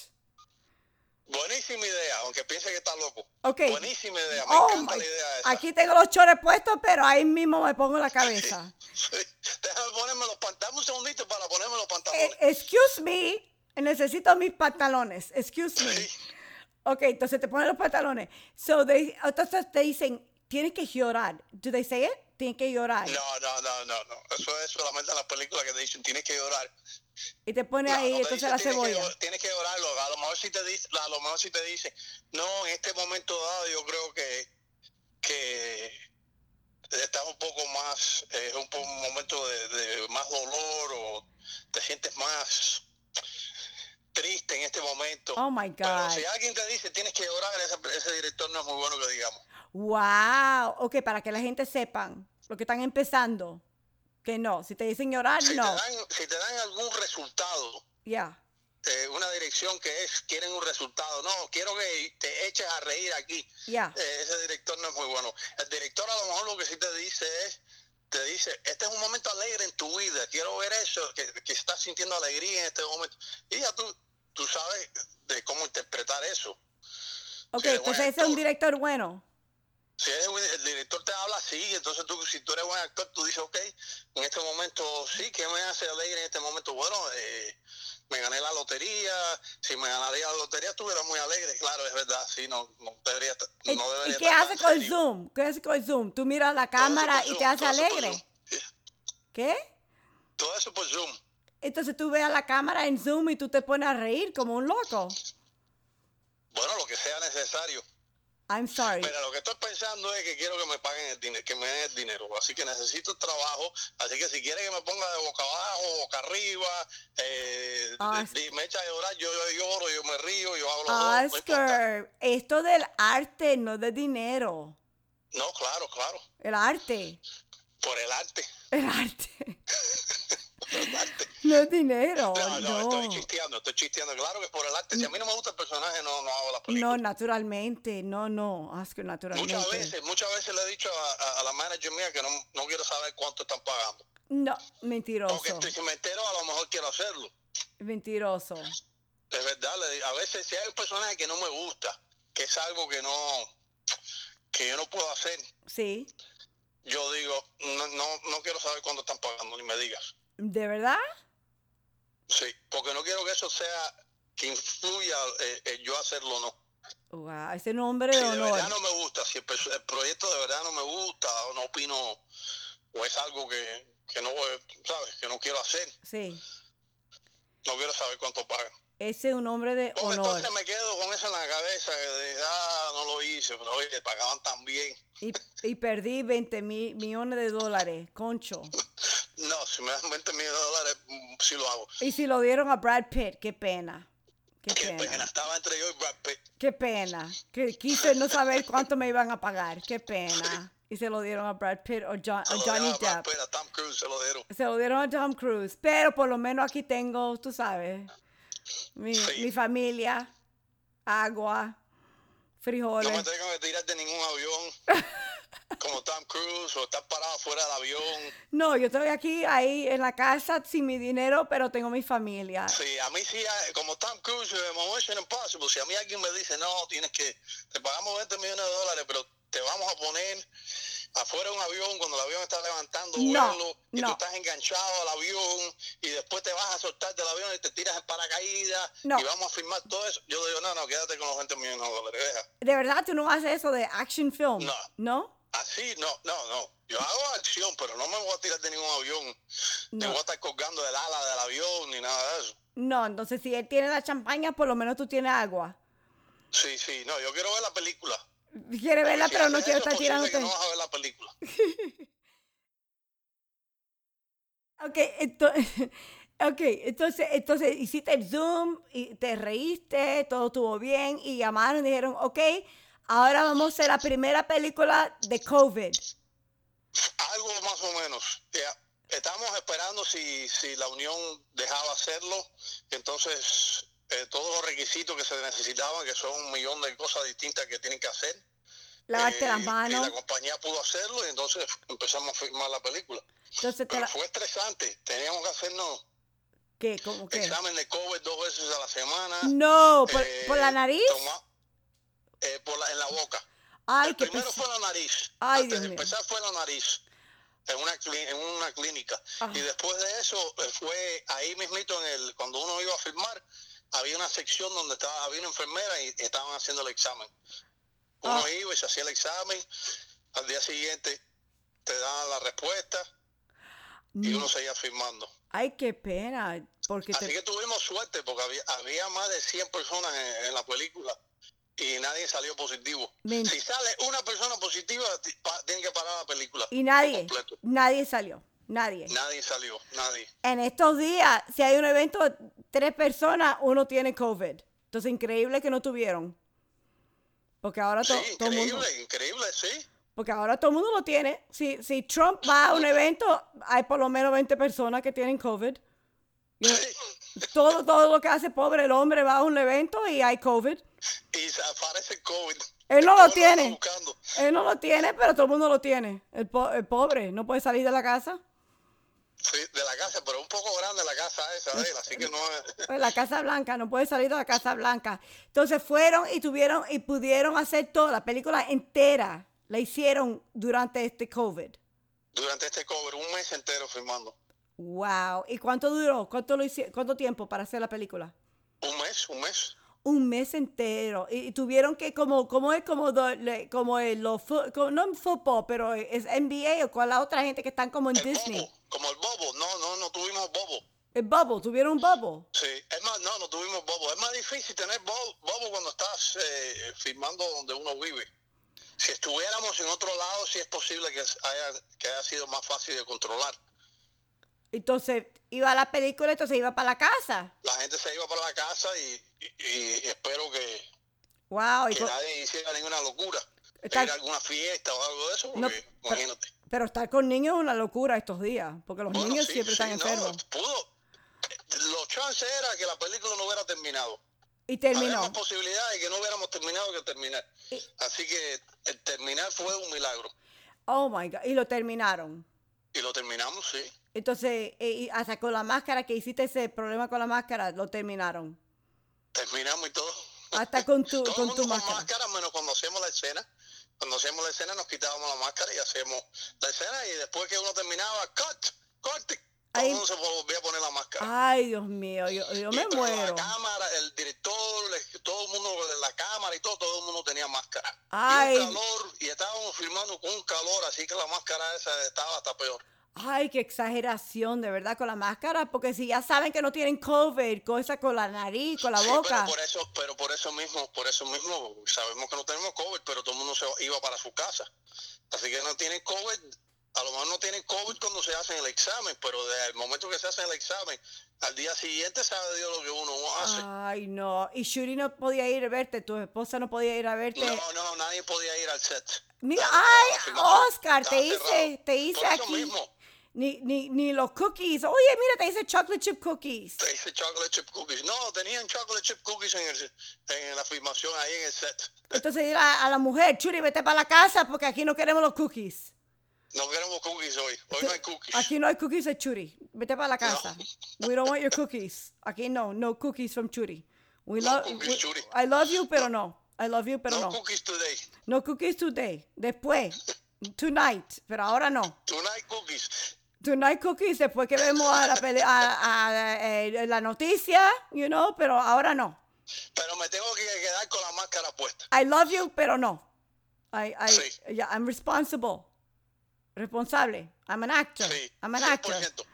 Speaker 2: Buenísima idea, aunque piense que está loco.
Speaker 1: Ok.
Speaker 2: Buenísima idea, me
Speaker 1: Oh
Speaker 2: encanta
Speaker 1: my-
Speaker 2: la idea esa.
Speaker 1: Aquí tengo los chores puestos, pero ahí mismo me pongo en la cabeza.
Speaker 2: Sí. Déjame ponerme los pantalones, dame un segundito para ponerme los
Speaker 1: Eh,
Speaker 2: pantalones.
Speaker 1: excuse me, necesito mis pantalones. Excuse me.
Speaker 2: Sí.
Speaker 1: Ok, entonces te ponen los pantalones. So they, entonces te dicen, tienes que llorar. Do they say it? Tienes que llorar.
Speaker 2: No, no, no, no, no. Eso es solamente en las películas que te dicen, tienes que llorar.
Speaker 1: Y te pone
Speaker 2: No,
Speaker 1: ahí
Speaker 2: no te
Speaker 1: entonces
Speaker 2: dice,
Speaker 1: la
Speaker 2: tienes que
Speaker 1: cebolla.
Speaker 2: llor- tienes que llorarlo. A lo mejor si te dice, a lo mejor si te dice, no, en este momento dado yo creo que, que estás un poco más, eh, un, po- un momento de, de más dolor o te sientes más triste en este momento.
Speaker 1: Oh my
Speaker 2: Pero
Speaker 1: God.
Speaker 2: si alguien te dice tienes que llorar, ese, ese director no es muy bueno que digamos.
Speaker 1: Wow. Ok, para que la gente sepan lo que están empezando. Que no. Si te dicen llorar,
Speaker 2: Si,
Speaker 1: Ah, no.
Speaker 2: te, dan, si te dan algún resultado,
Speaker 1: Ya.
Speaker 2: eh, una dirección que es, quieren un resultado, no, quiero que te eches a reír aquí.
Speaker 1: Ya.
Speaker 2: Eh, ese director no es muy bueno. El director a lo mejor lo que sí te dice es, te dice, este es un momento alegre en tu vida, quiero ver eso, que, que estás sintiendo alegría en este momento. Y ya tú, tú sabes de cómo interpretar eso.
Speaker 1: Ok,
Speaker 2: qué
Speaker 1: entonces
Speaker 2: buen
Speaker 1: ese es un
Speaker 2: actor.
Speaker 1: director bueno.
Speaker 2: Si es un- el director te habla así, entonces tú, si tú eres buen actor, tú dices, ok, en este momento sí, ¿qué me hace alegre en este momento? Bueno, eh, me gané la lotería, si me ganaría la lotería estuviera muy alegre, claro, es verdad, sí, no, no debería, estar-
Speaker 1: ¿Y,
Speaker 2: no debería
Speaker 1: y qué
Speaker 2: estar tan
Speaker 1: hace con
Speaker 2: serio.
Speaker 1: Zoom? ¿Qué hace con Zoom? Tú miras la
Speaker 2: Todo eso
Speaker 1: cámara
Speaker 2: por
Speaker 1: y
Speaker 2: Zoom,
Speaker 1: te hace
Speaker 2: todo eso por
Speaker 1: alegre.
Speaker 2: Zoom.
Speaker 1: ¿Qué?
Speaker 2: Todo eso por Zoom.
Speaker 1: Entonces tú ves a la cámara en Zoom y tú te pones a reír como un loco.
Speaker 2: Bueno, lo que sea necesario.
Speaker 1: I'm sorry.
Speaker 2: Mira, lo que estoy pensando es que quiero que me paguen el dinero, que me den el dinero. Así que necesito trabajo. Así que si quieren que me ponga de boca abajo, boca arriba, eh,
Speaker 1: Ah,
Speaker 2: di- me echa a llorar, yo, yo lloro, yo me río, yo hablo.
Speaker 1: Oscar, esto del arte no de dinero.
Speaker 2: No, claro, claro.
Speaker 1: El arte.
Speaker 2: Por el arte.
Speaker 1: El arte. no es dinero. No,
Speaker 2: No, no, estoy chisteando, estoy chisteando. Claro que por el arte. Si a mí no me gusta el personaje, no, no hago las
Speaker 1: No,
Speaker 2: películas.
Speaker 1: naturalmente. No, no, Oscar, naturalmente.
Speaker 2: muchas veces, muchas veces le he dicho a, a- a la manager mía que no, no quiero saber cuánto están pagando.
Speaker 1: No,
Speaker 2: Porque
Speaker 1: mentiroso.
Speaker 2: estoy, si me entero, a lo mejor quiero hacerlo.
Speaker 1: Mentiroso.
Speaker 2: Es verdad, le di- a veces si hay un personaje que no me gusta, que es algo que no, que yo no puedo hacer,
Speaker 1: Sí.
Speaker 2: yo digo, no, no, no quiero saber cuánto están pagando, ni me digas.
Speaker 1: ¿De verdad?
Speaker 2: Sí, porque no quiero que eso sea, que influya eh, eh, yo hacerlo o no.
Speaker 1: Wow, ese nombre
Speaker 2: Si
Speaker 1: de
Speaker 2: de
Speaker 1: honor.
Speaker 2: verdad no me gusta, si el, perso- el proyecto de verdad no me gusta, o no opino, o es algo que, que no, eh, sabes, que no quiero hacer,
Speaker 1: Sí.
Speaker 2: no quiero saber cuánto pagan.
Speaker 1: Ese es un nombre de
Speaker 2: Porque
Speaker 1: honor.
Speaker 2: entonces me quedo con eso en la cabeza, de, ah, no lo hice, pero oye, pagaban tan bien.
Speaker 1: Y, y perdí 20 mil millones de dólares, concho.
Speaker 2: No, si me dan 20 mil dólares, mm, sí lo hago.
Speaker 1: Y si lo dieron a Brad Pitt, qué pena. Qué
Speaker 2: Qué pena,
Speaker 1: pena.
Speaker 2: pues, estaba entre yo y Brad Pitt.
Speaker 1: Qué pena. Que quise no saber cuánto me iban a pagar. Qué pena. y se lo dieron a Brad Pitt o John-
Speaker 2: Se
Speaker 1: a
Speaker 2: lo
Speaker 1: Johnny
Speaker 2: dieron a Brad
Speaker 1: Depp.
Speaker 2: Pitt, a Tom Cruise se lo dieron.
Speaker 1: Se lo dieron a Tom Cruise, pero por lo menos aquí tengo, tú sabes, mi,
Speaker 2: Sí.
Speaker 1: mi familia, agua, frijoles.
Speaker 2: No me tengo que tirar de ningún avión como Tom Cruise o estar parado fuera del avión.
Speaker 1: No, yo estoy aquí, ahí en la casa, sin mi dinero, pero tengo mi familia.
Speaker 2: Sí, a mí sí, eh, como Tom Cruise, eh, como Mission Impossible, si a mí alguien me dice, no, tienes que, te pagamos 20 millones de dólares, pero te vamos a poner afuera de un avión cuando el avión está levantando
Speaker 1: No,
Speaker 2: vuelo y
Speaker 1: no.
Speaker 2: tú estás enganchado al avión y después te vas a soltar del avión y te tiras en paracaídas
Speaker 1: No.
Speaker 2: y vamos a firmar todo eso. Yo digo, no, no, quédate con los 20 millones de dólares, deja.
Speaker 1: De verdad, tú no haces eso de action film,
Speaker 2: No.
Speaker 1: ¿no?
Speaker 2: Así, no, no, no. Yo hago acción, pero no me voy a tirar de ningún avión. Ni
Speaker 1: No.
Speaker 2: voy a estar colgando del ala del avión ni nada de eso.
Speaker 1: No, entonces si él tiene la champaña, por lo menos tú tienes agua.
Speaker 2: Sí, sí, no, yo quiero ver la película.
Speaker 1: Quiere verla,
Speaker 2: Si
Speaker 1: pero no
Speaker 2: haces
Speaker 1: quiero
Speaker 2: eso,
Speaker 1: estar
Speaker 2: posible
Speaker 1: tirándote.
Speaker 2: que No vas a ver la película.
Speaker 1: Ok, entonces, entonces, entonces hiciste el Zoom y te reíste, todo estuvo bien y llamaron y dijeron, ok, ahora vamos a hacer la primera película de COVID.
Speaker 2: Algo más o menos. Ya, Estábamos esperando si, si la Unión dejaba hacerlo. Entonces, eh, todos los requisitos que se necesitaban, que son un millón de cosas distintas que tienen que hacer.
Speaker 1: Lavarte
Speaker 2: eh,
Speaker 1: las
Speaker 2: y- Y
Speaker 1: manos.
Speaker 2: la compañía pudo hacerlo y entonces empezamos a filmar la película.
Speaker 1: Entonces te
Speaker 2: Pero
Speaker 1: la...
Speaker 2: fue estresante. Teníamos que hacernos
Speaker 1: ¿Qué? ¿Cómo qué?
Speaker 2: examen de COVID dos veces a la semana.
Speaker 1: No, por,
Speaker 2: Eh,
Speaker 1: por la nariz.
Speaker 2: toma- eh, por la- en la boca.
Speaker 1: Ay,
Speaker 2: El
Speaker 1: qué
Speaker 2: primero
Speaker 1: pes-
Speaker 2: fue la nariz.
Speaker 1: Ay,
Speaker 2: Antes
Speaker 1: Dios
Speaker 2: de
Speaker 1: mío.
Speaker 2: empezar fue la nariz. En una, cli- en una clínica.
Speaker 1: Ah.
Speaker 2: Y después de eso, eh, fue ahí mismito, en el, cuando uno iba a firmar, había una sección donde estaba, había una enfermera y estaban haciendo el examen. Uno
Speaker 1: Ah.
Speaker 2: iba y se hacía el examen. Al día siguiente te daban la respuesta
Speaker 1: Mm.
Speaker 2: y uno seguía firmando.
Speaker 1: Ay, qué pena. Porque
Speaker 2: Así
Speaker 1: te...
Speaker 2: que tuvimos suerte porque había, había más de 100 personas en, en la película y nadie salió positivo.
Speaker 1: Ven.
Speaker 2: Si sale una persona positiva, ti- pa- tienen que parar la película.
Speaker 1: Y
Speaker 2: por
Speaker 1: nadie,
Speaker 2: completo.
Speaker 1: nadie salió. Nadie.
Speaker 2: Nadie salió, nadie.
Speaker 1: En estos días, si hay un evento de tres personas, uno tiene COVID. Entonces, increíble que no tuvieron. Porque ahora to-
Speaker 2: Sí,
Speaker 1: todo el mundo.
Speaker 2: increíble, increíble, sí.
Speaker 1: Porque ahora todo el mundo lo tiene. Si, si Trump va a un evento, hay por lo menos 20 personas que tienen COVID. Y Todo, todo lo que hace pobre el hombre va a un evento y hay COVID.
Speaker 2: Y se aparece el COVID.
Speaker 1: Él no
Speaker 2: Todo
Speaker 1: lo
Speaker 2: está
Speaker 1: tiene.
Speaker 2: buscando.
Speaker 1: Él no lo tiene, pero todo el mundo lo tiene. El, po- el pobre no puede salir de la casa.
Speaker 2: Sí, de la casa, pero un poco grande la casa esa de él, así que no es...
Speaker 1: Pues la Casa Blanca, no puede salir de la Casa Blanca. Entonces fueron y tuvieron y pudieron hacer toda la película entera. La hicieron durante este COVID.
Speaker 2: Durante este cover, un mes entero firmando.
Speaker 1: Wow. ¿Y cuánto duró? ¿Cuánto, lo hici- cuánto tiempo para hacer la película?
Speaker 2: Un mes, un mes.
Speaker 1: Un mes entero. Y, y tuvieron que como como es como do- le- como el- los fu- como- no en fútbol, pero es NBA o con la otra gente que están como en
Speaker 2: El
Speaker 1: Disney.
Speaker 2: bobo, como el bobo. No, no, no tuvimos bobo.
Speaker 1: El bubble, tuvieron un bubble.
Speaker 2: Sí, es más, no, no tuvimos bobo. Es más difícil tener bobo, bobo cuando estás eh, firmando donde uno vive. Si estuviéramos en otro lado, sí es posible que haya, que haya sido más fácil de controlar.
Speaker 1: Entonces iba a la película, entonces iba para la casa.
Speaker 2: La gente se iba para la casa y, y- y espero que,
Speaker 1: Wow. y
Speaker 2: que
Speaker 1: co-
Speaker 2: nadie hiciera ninguna locura.
Speaker 1: Está-
Speaker 2: Ir a alguna fiesta o algo de eso,
Speaker 1: No,
Speaker 2: porque
Speaker 1: pero-
Speaker 2: imagínate.
Speaker 1: Pero estar con niños es una locura estos días, porque los
Speaker 2: Bueno,
Speaker 1: niños
Speaker 2: sí,
Speaker 1: siempre
Speaker 2: sí,
Speaker 1: están
Speaker 2: no,
Speaker 1: enfermos.
Speaker 2: pudo. Los chances era que la película no hubiera terminado.
Speaker 1: Y
Speaker 2: Había
Speaker 1: terminó.
Speaker 2: más posibilidades que no hubiéramos terminado que terminar.
Speaker 1: Y-
Speaker 2: Así que el terminar fue un milagro.
Speaker 1: Oh my God. Y lo terminaron.
Speaker 2: Y lo terminamos, sí.
Speaker 1: Entonces, eh, y hasta con la máscara que hiciste ese problema con la máscara, lo terminaron.
Speaker 2: Terminamos y todo.
Speaker 1: Hasta con tu,
Speaker 2: Todo el
Speaker 1: con
Speaker 2: mundo
Speaker 1: tu
Speaker 2: con máscara.
Speaker 1: máscara.
Speaker 2: menos cuando hacíamos la escena. Cuando hacíamos la escena nos quitábamos la máscara y hacíamos la escena y después que uno terminaba, cut, corte. Todo
Speaker 1: Ay.
Speaker 2: el mundo se volvía a poner la máscara.
Speaker 1: Ay, Dios mío, yo, Ah, yo
Speaker 2: Y
Speaker 1: me
Speaker 2: pero
Speaker 1: muero.
Speaker 2: La cámara, el director, le- todo el mundo, la cámara y todo, todo el mundo tenía máscara.
Speaker 1: Ay.
Speaker 2: Y un calor, y estábamos filmando con un calor, así que la máscara esa estaba hasta peor.
Speaker 1: Ay, qué exageración, de verdad, con la máscara, porque si ya saben que no tienen COVID, cosa con la nariz, con la
Speaker 2: Sí,
Speaker 1: boca.
Speaker 2: Pero por eso, pero por eso mismo, por eso mismo, sabemos que no tenemos COVID, pero todo el mundo se iba para su casa. Así que no tienen COVID a lo mejor no tienen COVID cuando se hacen el examen, pero desde el momento que se hacen el examen, al día siguiente sabe Dios lo que uno hace.
Speaker 1: Ay, no. Y Shuri no podía ir a verte, tu esposa no podía ir a verte.
Speaker 2: No, no, nadie podía ir al set.
Speaker 1: Mira,
Speaker 2: Nadie
Speaker 1: ay,
Speaker 2: podía ir.
Speaker 1: Oscar, te
Speaker 2: Estaba
Speaker 1: hice,
Speaker 2: cerrado.
Speaker 1: te hice
Speaker 2: Por eso
Speaker 1: aquí.
Speaker 2: mismo,
Speaker 1: Ni, ni, ni los cookies. Oye, mira, te hice chocolate chip cookies.
Speaker 2: te hice chocolate chip cookies. No, tenían chocolate chip cookies en, el, en la filmación ahí en el set.
Speaker 1: Entonces dile a, a la mujer, Churi, vete para la casa porque aquí no queremos los cookies.
Speaker 2: No queremos cookies hoy. Hoy no hay cookies.
Speaker 1: Aquí no hay cookies de Churi. Vete para la casa. We don't want your cookies. Aquí no, no cookies from Churi. We
Speaker 2: No
Speaker 1: love,
Speaker 2: cookies,
Speaker 1: we-
Speaker 2: Churi.
Speaker 1: I love you, pero no. I love you, pero
Speaker 2: no,
Speaker 1: no.
Speaker 2: cookies today.
Speaker 1: No cookies today. Después. Tonight. Pero ahora no.
Speaker 2: Tonight cookies.
Speaker 1: Tonight cookies después que vemos a la, peli- a- a- eh, la noticia, you know, pero ahora no.
Speaker 2: Pero me tengo que quedar con la máscara puesta.
Speaker 1: I love you, pero no. I, I,
Speaker 2: Sí.
Speaker 1: yeah, I'm responsible. Responsable. I'm an actor.
Speaker 2: Sí.
Speaker 1: I'm an
Speaker 2: 100%.
Speaker 1: actor.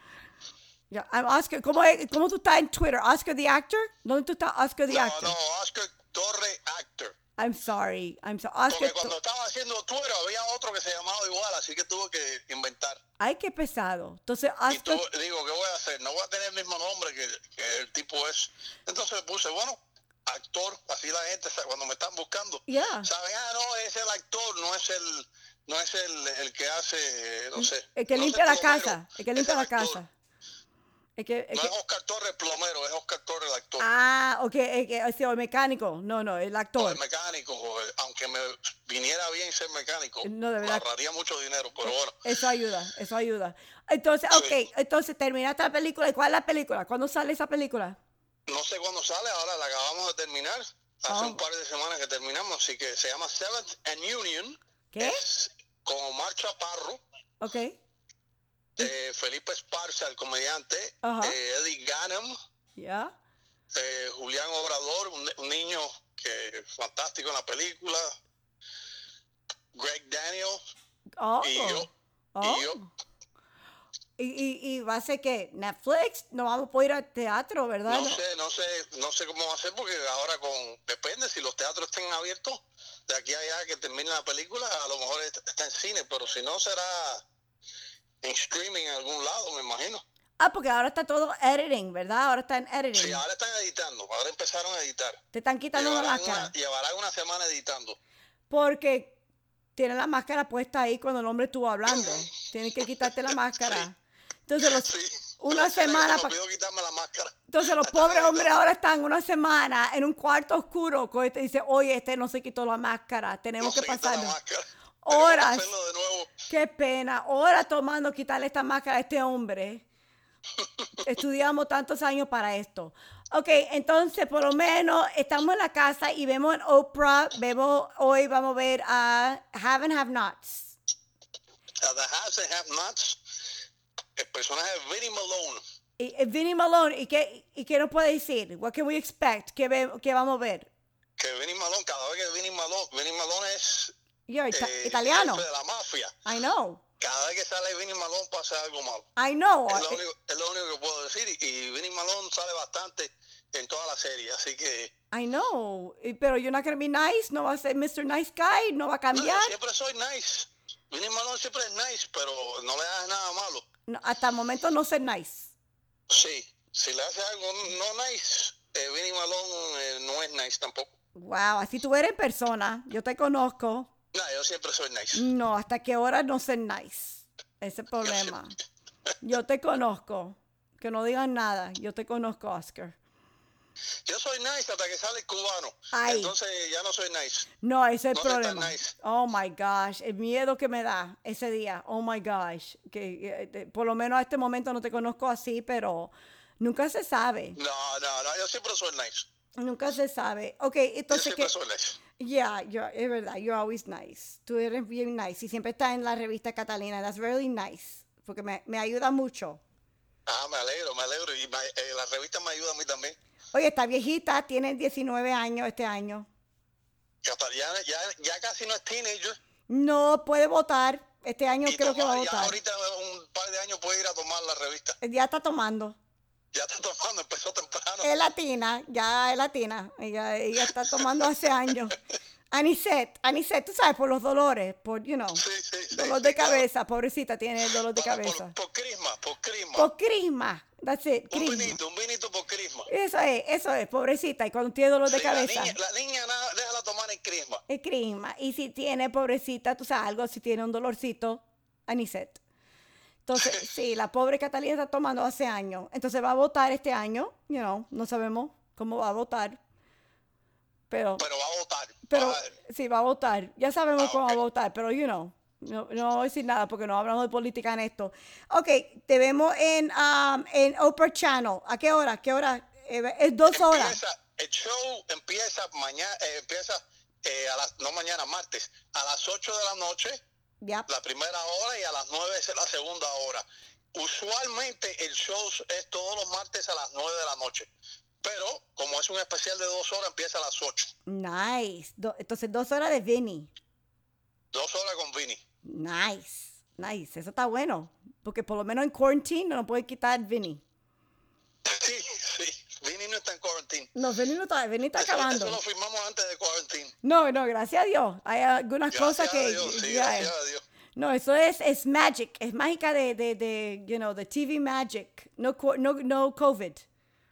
Speaker 1: Yeah, I'm Oscar. ¿Cómo, es- ¿Cómo tú estás en Twitter? Oscar the actor? ¿Dónde tú estás? Oscar the
Speaker 2: No,
Speaker 1: actor.
Speaker 2: no, Oscar Torre Actor.
Speaker 1: I'm sorry. I'm sorry. Oscar.
Speaker 2: Porque cuando estaba haciendo Twitter había otro que se llamaba igual, así que tuve que inventar.
Speaker 1: Ay, qué pesado. Entonces,
Speaker 2: Y
Speaker 1: Oscar.
Speaker 2: tuve- digo, ¿qué voy a hacer? No voy a tener el mismo nombre que, que el tipo es. Entonces puse, bueno, actor, así la gente, sa- cuando me están buscando,
Speaker 1: Yeah.
Speaker 2: saben, ah, no, es el actor, no es el, no es el, el que hace, eh, no sé.
Speaker 1: El que
Speaker 2: no sé,
Speaker 1: limpia la
Speaker 2: plomero,
Speaker 1: casa. El que
Speaker 2: es
Speaker 1: limpia la
Speaker 2: actor.
Speaker 1: casa. El que, el
Speaker 2: No
Speaker 1: que-
Speaker 2: es Oscar Torres plomero, es Oscar Torres el actor.
Speaker 1: Ah, ok, el, que- o sea, el mecánico. No, no, el
Speaker 2: O
Speaker 1: actor.
Speaker 2: Oh, el mecánico, o el- aunque me viniera bien ser mecánico,
Speaker 1: No, de
Speaker 2: me
Speaker 1: verdad.
Speaker 2: ahorraría mucho dinero, pero bueno.
Speaker 1: Eso ayuda, eso ayuda. Entonces,
Speaker 2: Sí.
Speaker 1: ok, entonces terminaste la película. ¿Y cuál es la película? ¿Cuándo sale esa película?
Speaker 2: No sé cuándo sale, ahora la acabamos de terminar. Hace
Speaker 1: Ah.
Speaker 2: un par de semanas que terminamos, así que se llama Seventh and Union.
Speaker 1: ¿Qué?
Speaker 2: Es con Omar Chaparro,
Speaker 1: Ok.
Speaker 2: eh, Felipe Esparza, el comediante,
Speaker 1: Ajá.
Speaker 2: eh, Eddie Ganem,
Speaker 1: ¿Ya?
Speaker 2: eh, Julián Obrador, un, un niño que fantástico en la película, Greg Daniel
Speaker 1: Oh.
Speaker 2: y yo.
Speaker 1: oh.
Speaker 2: Y yo,
Speaker 1: Y, y- y va a ser que Netflix, no vamos a poder ir al teatro, ¿verdad?
Speaker 2: no sé, no sé, no sé cómo va a ser porque ahora con, depende si los teatros estén abiertos de aquí a allá que termine la película, a lo mejor est- está en cine, pero si no será en streaming en algún lado, me imagino.
Speaker 1: Ah, porque ahora está todo editing, ¿verdad? Ahora está en editing.
Speaker 2: Sí, ahora están editando, ahora empezaron a editar.
Speaker 1: Te están quitando la
Speaker 2: Llevarán
Speaker 1: máscara.
Speaker 2: una- llevarán una semana editando.
Speaker 1: Porque tiene la máscara puesta ahí cuando el hombre estuvo hablando. Tienes que quitarte la máscara. Entonces, los-
Speaker 2: Sí.
Speaker 1: una
Speaker 2: Se me
Speaker 1: semana pa-
Speaker 2: olvidó quitarme la máscara.
Speaker 1: Entonces los pobres hombres ahora están una semana en un cuarto oscuro. con este- dice, oye, este no se quitó la máscara, tenemos
Speaker 2: No
Speaker 1: que
Speaker 2: se quitó la
Speaker 1: pasarnos.
Speaker 2: máscara. Tenemos que
Speaker 1: horas.
Speaker 2: hacerlo de nuevo.
Speaker 1: Qué pena, ahora tomando quitarle esta máscara a este hombre. Estudiamos tantos años para esto. Ok, entonces por lo menos estamos en la casa y vemos en Oprah, vemos, hoy vamos a ver a Have and Have Nots.
Speaker 2: A The Haves and Have Nots, el personaje de Vinnie Malone.
Speaker 1: Y, y Vinnie Malone, ¿y qué, ¿y qué nos puede decir? What can we expect? ¿Qué, ve- qué vamos a ver?
Speaker 2: que Vinny Malone, cada vez que Vinny Malone, Vinny Malone es
Speaker 1: Yo, ita-
Speaker 2: eh,
Speaker 1: italiano.
Speaker 2: jefe de la mafia.
Speaker 1: I know.
Speaker 2: Cada vez que sale Vinny Malone pasa algo malo.
Speaker 1: I know. eh,
Speaker 2: Es lo, único, es lo único que puedo decir. Y Vinny Malone sale bastante en toda la serie. Así que
Speaker 1: I know, eh, pero you're not gonna be nice, no va a ser Mr. Nice Guy, no va a
Speaker 2: no, yo
Speaker 1: cambiar.
Speaker 2: siempre soy nice. Vinny Malone siempre es nice, pero no le hagas nada malo.
Speaker 1: No, hasta el momento no ser nice.
Speaker 2: Sí, si le haces algo no nice, eh, Vinny Malone eh, no es nice tampoco.
Speaker 1: Wow, así tú eres en persona, yo te conozco.
Speaker 2: No, yo siempre soy nice.
Speaker 1: No, hasta qué hora no ser nice. Ese es el problema. Yo te conozco. Que no digan nada, yo te conozco, Oscar.
Speaker 2: Yo soy nice hasta que sale el cubano.
Speaker 1: Ay.
Speaker 2: Entonces ya no soy nice.
Speaker 1: No, ese es el
Speaker 2: No eres tan
Speaker 1: problema.
Speaker 2: nice.
Speaker 1: Oh my gosh, el miedo que me da ese día. Oh my gosh, que eh, te- por lo menos a este momento no te conozco así, pero nunca se sabe.
Speaker 2: No, no, no, yo siempre soy nice.
Speaker 1: Nunca se sabe. Ok,
Speaker 2: Yo
Speaker 1: entonces
Speaker 2: siempre
Speaker 1: que.
Speaker 2: soy nice.
Speaker 1: Yeah, you're- es verdad, you're always nice. Tú eres bien nice. Y siempre está en la revista Catalina. That's really nice. Porque me, me ayuda mucho.
Speaker 2: Ah, me alegro, me alegro. Y me- eh, la revista me ayuda a mí también.
Speaker 1: Oye, está viejita, tiene 19 años este año.
Speaker 2: Que hasta Ya, ya, ya casi no es teenager.
Speaker 1: No puede votar. Este año
Speaker 2: Y
Speaker 1: creo que va a
Speaker 2: tomar- ya
Speaker 1: votar.
Speaker 2: ahorita un par de años puede ir a tomar la revista.
Speaker 1: Ya está tomando.
Speaker 2: Ya está tomando, empezó temprano.
Speaker 1: Es latina, ya es latina. Ella, ella está tomando hace años. Anisette, Anisette, tú sabes, por los dolores, por, you know,
Speaker 2: Sí, sí, sí,
Speaker 1: dolor
Speaker 2: sí,
Speaker 1: de
Speaker 2: claro.
Speaker 1: cabeza, pobrecita tiene dolor de
Speaker 2: Por-
Speaker 1: cabeza.
Speaker 2: Por, por crisma, por crisma.
Speaker 1: Por crisma, that's it,
Speaker 2: un
Speaker 1: crisma.
Speaker 2: vinito, un vinito por crisma.
Speaker 1: Eso es, eso es, pobrecita, y cuando tiene dolor de
Speaker 2: Sí,
Speaker 1: cabeza,
Speaker 2: La niña, la niña nada, déjala tomar el crisma.
Speaker 1: es crisma. Y si tiene, pobrecita, tú sabes algo, si tiene un dolorcito, Anisette. Entonces, sí, la pobre Catalina está tomando hace años. Entonces va a votar este año, you know, no sabemos cómo va a votar. Pero,
Speaker 2: Pero va a votar. Ah,
Speaker 1: pero
Speaker 2: Va a-
Speaker 1: sí, va a votar. Ya sabemos
Speaker 2: Ah,
Speaker 1: cómo va a
Speaker 2: ok.
Speaker 1: votar, pero you know. No, no voy a decir nada porque no hablamos de política en esto. Ok, te vemos en, um, en Oprah Channel. ¿A qué hora? ¿Qué hora? Eh, es dos horas.
Speaker 2: Empieza, el show empieza mañana, empieza eh, a las, no mañana, martes, a las 8 de la noche,
Speaker 1: Ya.
Speaker 2: la primera hora, y a las 9 es la segunda hora. Usualmente el show es todos los martes a las 9 de la noche, pero como es un especial de dos horas, empieza a las 8.
Speaker 1: Nice. Do- entonces, dos horas de Vinny.
Speaker 2: Dos horas con Vini.
Speaker 1: Nice. Nice. Eso está bueno. Porque por lo menos en quarantine no nos pueden quitar Vinny.
Speaker 2: Sí, sí, Vini no está en quarantine.
Speaker 1: No, Vinny no está, Vinny está
Speaker 2: Eso-
Speaker 1: acabando.
Speaker 2: Eso lo firmamos antes de quarantine.
Speaker 1: No, no, gracias a Dios. Hay algunas cosas
Speaker 2: Gracias
Speaker 1: que.
Speaker 2: a Dios, sí,
Speaker 1: ya,
Speaker 2: gracias a Dios.
Speaker 1: No, eso es, es magic, es mágica de, de, de, you know, de TV magic. No, co- no, no COVID.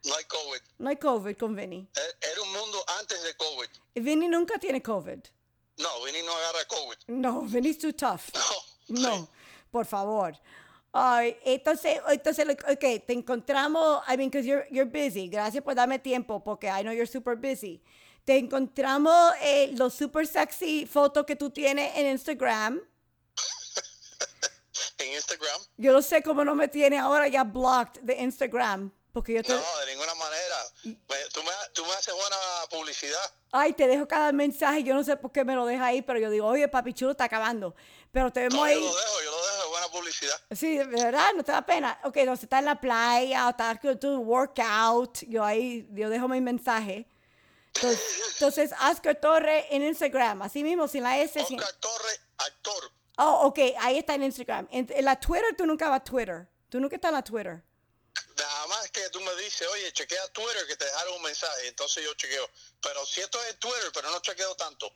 Speaker 2: No hay COVID.
Speaker 1: No hay COVID con Vinny.
Speaker 2: E- Era un mundo antes de COVID.
Speaker 1: Vinny nunca tiene COVID.
Speaker 2: No, Vini no agarra COVID.
Speaker 1: No, Vinny's too tough.
Speaker 2: No.
Speaker 1: No, por favor. Ay, entonces, entonces, like, ok, te encontramos, I mean, because you're, you're busy. Gracias por darme tiempo, porque I know you're super busy. Te encontramos eh, los super sexy fotos que tú tienes en Instagram.
Speaker 2: En Instagram.
Speaker 1: Yo no sé cómo no me tiene ahora ya blocked de Instagram, porque yo te...
Speaker 2: No, de ninguna manera. Me- tú, me, ha- tú me haces buena publicidad.
Speaker 1: Ay, te dejo cada mensaje, yo no sé por qué me lo deja ahí, pero yo digo, oye, papi chulo está acabando. Pero te vemos
Speaker 2: No, eh. yo
Speaker 1: ahí.
Speaker 2: lo dejo, yo lo dejo de buena publicidad.
Speaker 1: Sí, de verdad, no te da pena. Ok, entonces está en la playa, o está con tu workout, yo ahí, yo dejo mi mensaje. Entonces, entonces Oscar Torre en Instagram, así mismo, sin la S. Sin...
Speaker 2: Oscar Torres, actor.
Speaker 1: Oh, ok, ahí está en Instagram. En, en la Twitter, tú nunca vas a Twitter. Tú nunca estás en la Twitter.
Speaker 2: Nada más que tú me dices, oye, chequea Twitter que te dejaron un mensaje. Entonces yo chequeo. Pero si esto es en Twitter, pero no chequeo tanto.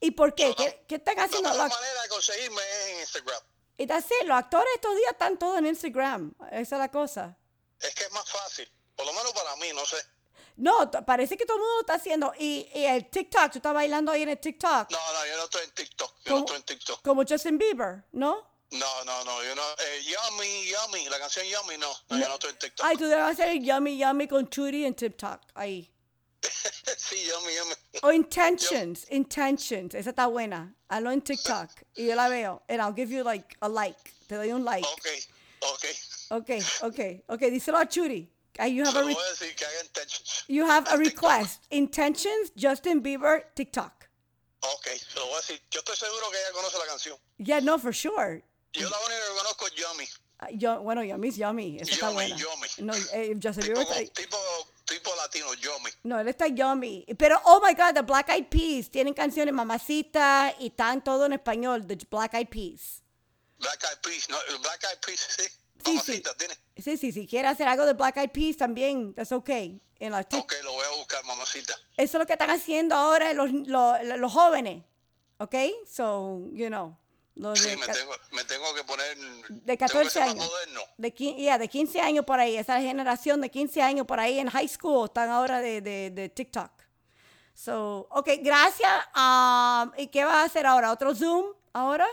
Speaker 1: ¿Y por qué?
Speaker 2: No, no.
Speaker 1: ¿Qué, qué están
Speaker 2: La
Speaker 1: haciendo?
Speaker 2: mejor
Speaker 1: Los-
Speaker 2: manera de conseguirme es en Instagram.
Speaker 1: Y that's it, los actores estos días están todos en Instagram. Esa es la cosa.
Speaker 2: Es que es más fácil. Por lo menos para mí, no sé.
Speaker 1: No, t- parece que todo el mundo lo está haciendo. Y, y el TikTok, tú estás bailando ahí en el TikTok.
Speaker 2: No, no, yo no estoy en TikTok. Yo
Speaker 1: ¿Cómo?
Speaker 2: no estoy en TikTok.
Speaker 1: Como Justin Bieber, ¿no?
Speaker 2: No, no, no, yo no. Eh, yummy, yummy, la canción Yummy, no. No, yo no estoy en TikTok.
Speaker 1: Ay, tú debes hacer el yummy yummy con Chudy en TikTok. Ahí.
Speaker 2: sí, Yummy, Yummy.
Speaker 1: O Intentions, Intentions. Esa está buena. Hazlo en TikTok. Y yo la veo. And I'll give you like a like. Te doy un like.
Speaker 2: Ok, ok.
Speaker 1: Ok, ok, ok. Díselo a Chudy. Ay, You have,
Speaker 2: Se
Speaker 1: a
Speaker 2: lo
Speaker 1: re-
Speaker 2: voy a decir que haga intentions.
Speaker 1: you have a
Speaker 2: en TikTok.
Speaker 1: request. Intentions, Justin Bieber, TikTok.
Speaker 2: Ok, se lo voy a decir. Yo estoy seguro que ella conoce la canción.
Speaker 1: Yeah, no, for sure.
Speaker 2: Yo la única que conozco es Yummy.
Speaker 1: Ah, Yo, bueno, Yummy es Yummy. Esa está
Speaker 2: Yummy,
Speaker 1: buena.
Speaker 2: yummy.
Speaker 1: No, eh, Justin Bieber
Speaker 2: Tipo,
Speaker 1: está...
Speaker 2: tipo, tipo latino, Yummy.
Speaker 1: No, él está Yummy. Pero, oh my God, The Black Eyed Peas. Tienen canciones Mamacita y están todo en español. The Black Eyed Peas.
Speaker 2: Black Eyed Peas, ¿no? El Black Eyed Peas, sí.
Speaker 1: sí.
Speaker 2: Mamacita, tiene.
Speaker 1: Sí, sí, si quiere hacer algo de Black Eyed Peas también, that's okay. En la tic-
Speaker 2: Ok, lo voy a buscar, mamacita.
Speaker 1: Eso es lo que están haciendo ahora los, los, los jóvenes. ¿Ok? So, you know. Los
Speaker 2: Sí,
Speaker 1: de,
Speaker 2: me
Speaker 1: ca-
Speaker 2: tengo, me tengo que poner.
Speaker 1: de
Speaker 2: tengo que
Speaker 1: 14
Speaker 2: ser más
Speaker 1: años.
Speaker 2: moderno.
Speaker 1: De, quin- yeah, de 15 años por ahí. Esa generación de 15 años por ahí en high school están ahora de, de, de TikTok. So, ok, gracias. Um, ¿Y qué vas a hacer ahora? ¿Otro Zoom ahora?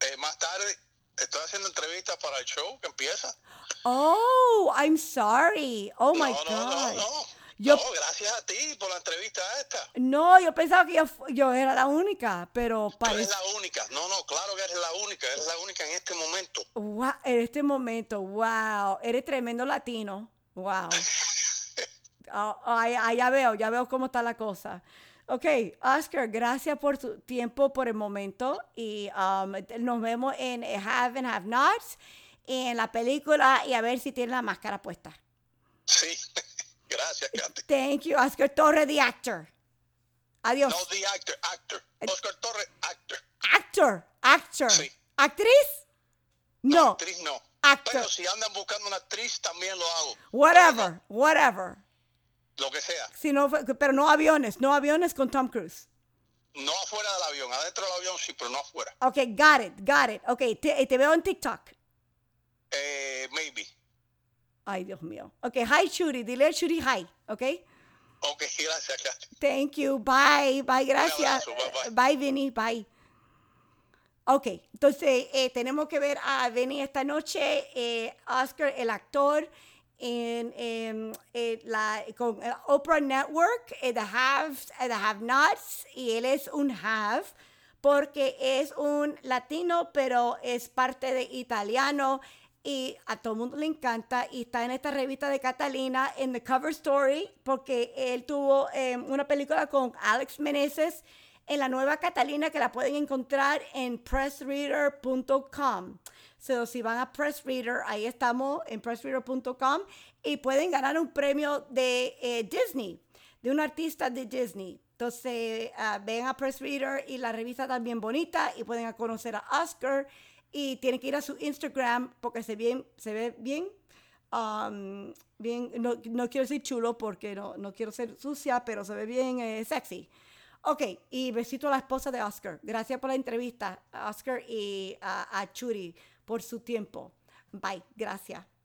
Speaker 2: Eh, más tarde, estoy haciendo entrevistas para el show que empieza.
Speaker 1: Oh, I'm sorry. Oh my
Speaker 2: no, no,
Speaker 1: God.
Speaker 2: no, no.
Speaker 1: Yo-
Speaker 2: No, gracias a ti por la entrevista esta.
Speaker 1: No, yo pensaba que yo, fu- yo era la única, pero
Speaker 2: Tú eres
Speaker 1: parece...
Speaker 2: la única. No, no, claro que eres la única. Eres la única en este momento.
Speaker 1: Wow, en este momento, wow, eres tremendo latino, wow. Ah, ah, ya- ah, ya veo, ya veo cómo está la cosa. Ok, Oscar, gracias por tu tiempo por el momento y um, te- nos vemos en eh, Have and Have Nots y en la película y a ver si tiene la máscara puesta.
Speaker 2: Sí. gracias, Katy.
Speaker 1: Thank you, Oscar Torre, the actor. Adiós.
Speaker 2: No, the actor, actor. Oscar Torres, actor.
Speaker 1: Actor, actor.
Speaker 2: Sí.
Speaker 1: ¿Actriz? No.
Speaker 2: Actriz no.
Speaker 1: Actor.
Speaker 2: Pero si andan buscando una actriz, también lo hago.
Speaker 1: Whatever, whatever.
Speaker 2: Lo que sea.
Speaker 1: Si no fue- pero no aviones, no aviones con Tom Cruise.
Speaker 2: No afuera del avión, adentro del avión sí, pero no afuera.
Speaker 1: Ok, got it, got it. Ok, te, te veo en TikTok.
Speaker 2: Eh, maybe.
Speaker 1: Ay, Dios mío. Ok, hi, Shuri. Dile a Shuri hi, ok.
Speaker 2: Ok, gracias, Katy.
Speaker 1: Thank you, bye, bye, gracias. Eh,
Speaker 2: Un abrazo,
Speaker 1: bye,
Speaker 2: bye,
Speaker 1: Vinny, bye. Ok, entonces eh, tenemos que ver a Vinny esta noche, eh, Oscar, el actor, en, em, eh, la, con el Oprah Network, eh, The Haves, eh, The Have Nots, y él es un have porque es un latino, pero es parte de italiano y a todo el mundo le encanta y está en esta revista de Catalina en The Cover Story porque él tuvo eh, una película con Alex Meneses en la nueva Catalina que la pueden encontrar en pressreader.com. So, si van a Pressreader, ahí estamos en pressreader.com y pueden ganar un premio de eh, Disney, de un artista de Disney. Entonces, ah, ven a Pressreader y la revista también bonita y pueden conocer a Oscar y tienen que ir a su Instagram porque se, bien, se ve bien. um, bien no, no quiero decir chulo porque no, no quiero ser sucia, pero se ve bien eh, sexy. Ok, y besito a la esposa de Oscar. Gracias por la ah, entrevista, a Oscar y a, a Churi, por su tiempo. Bye, gracias.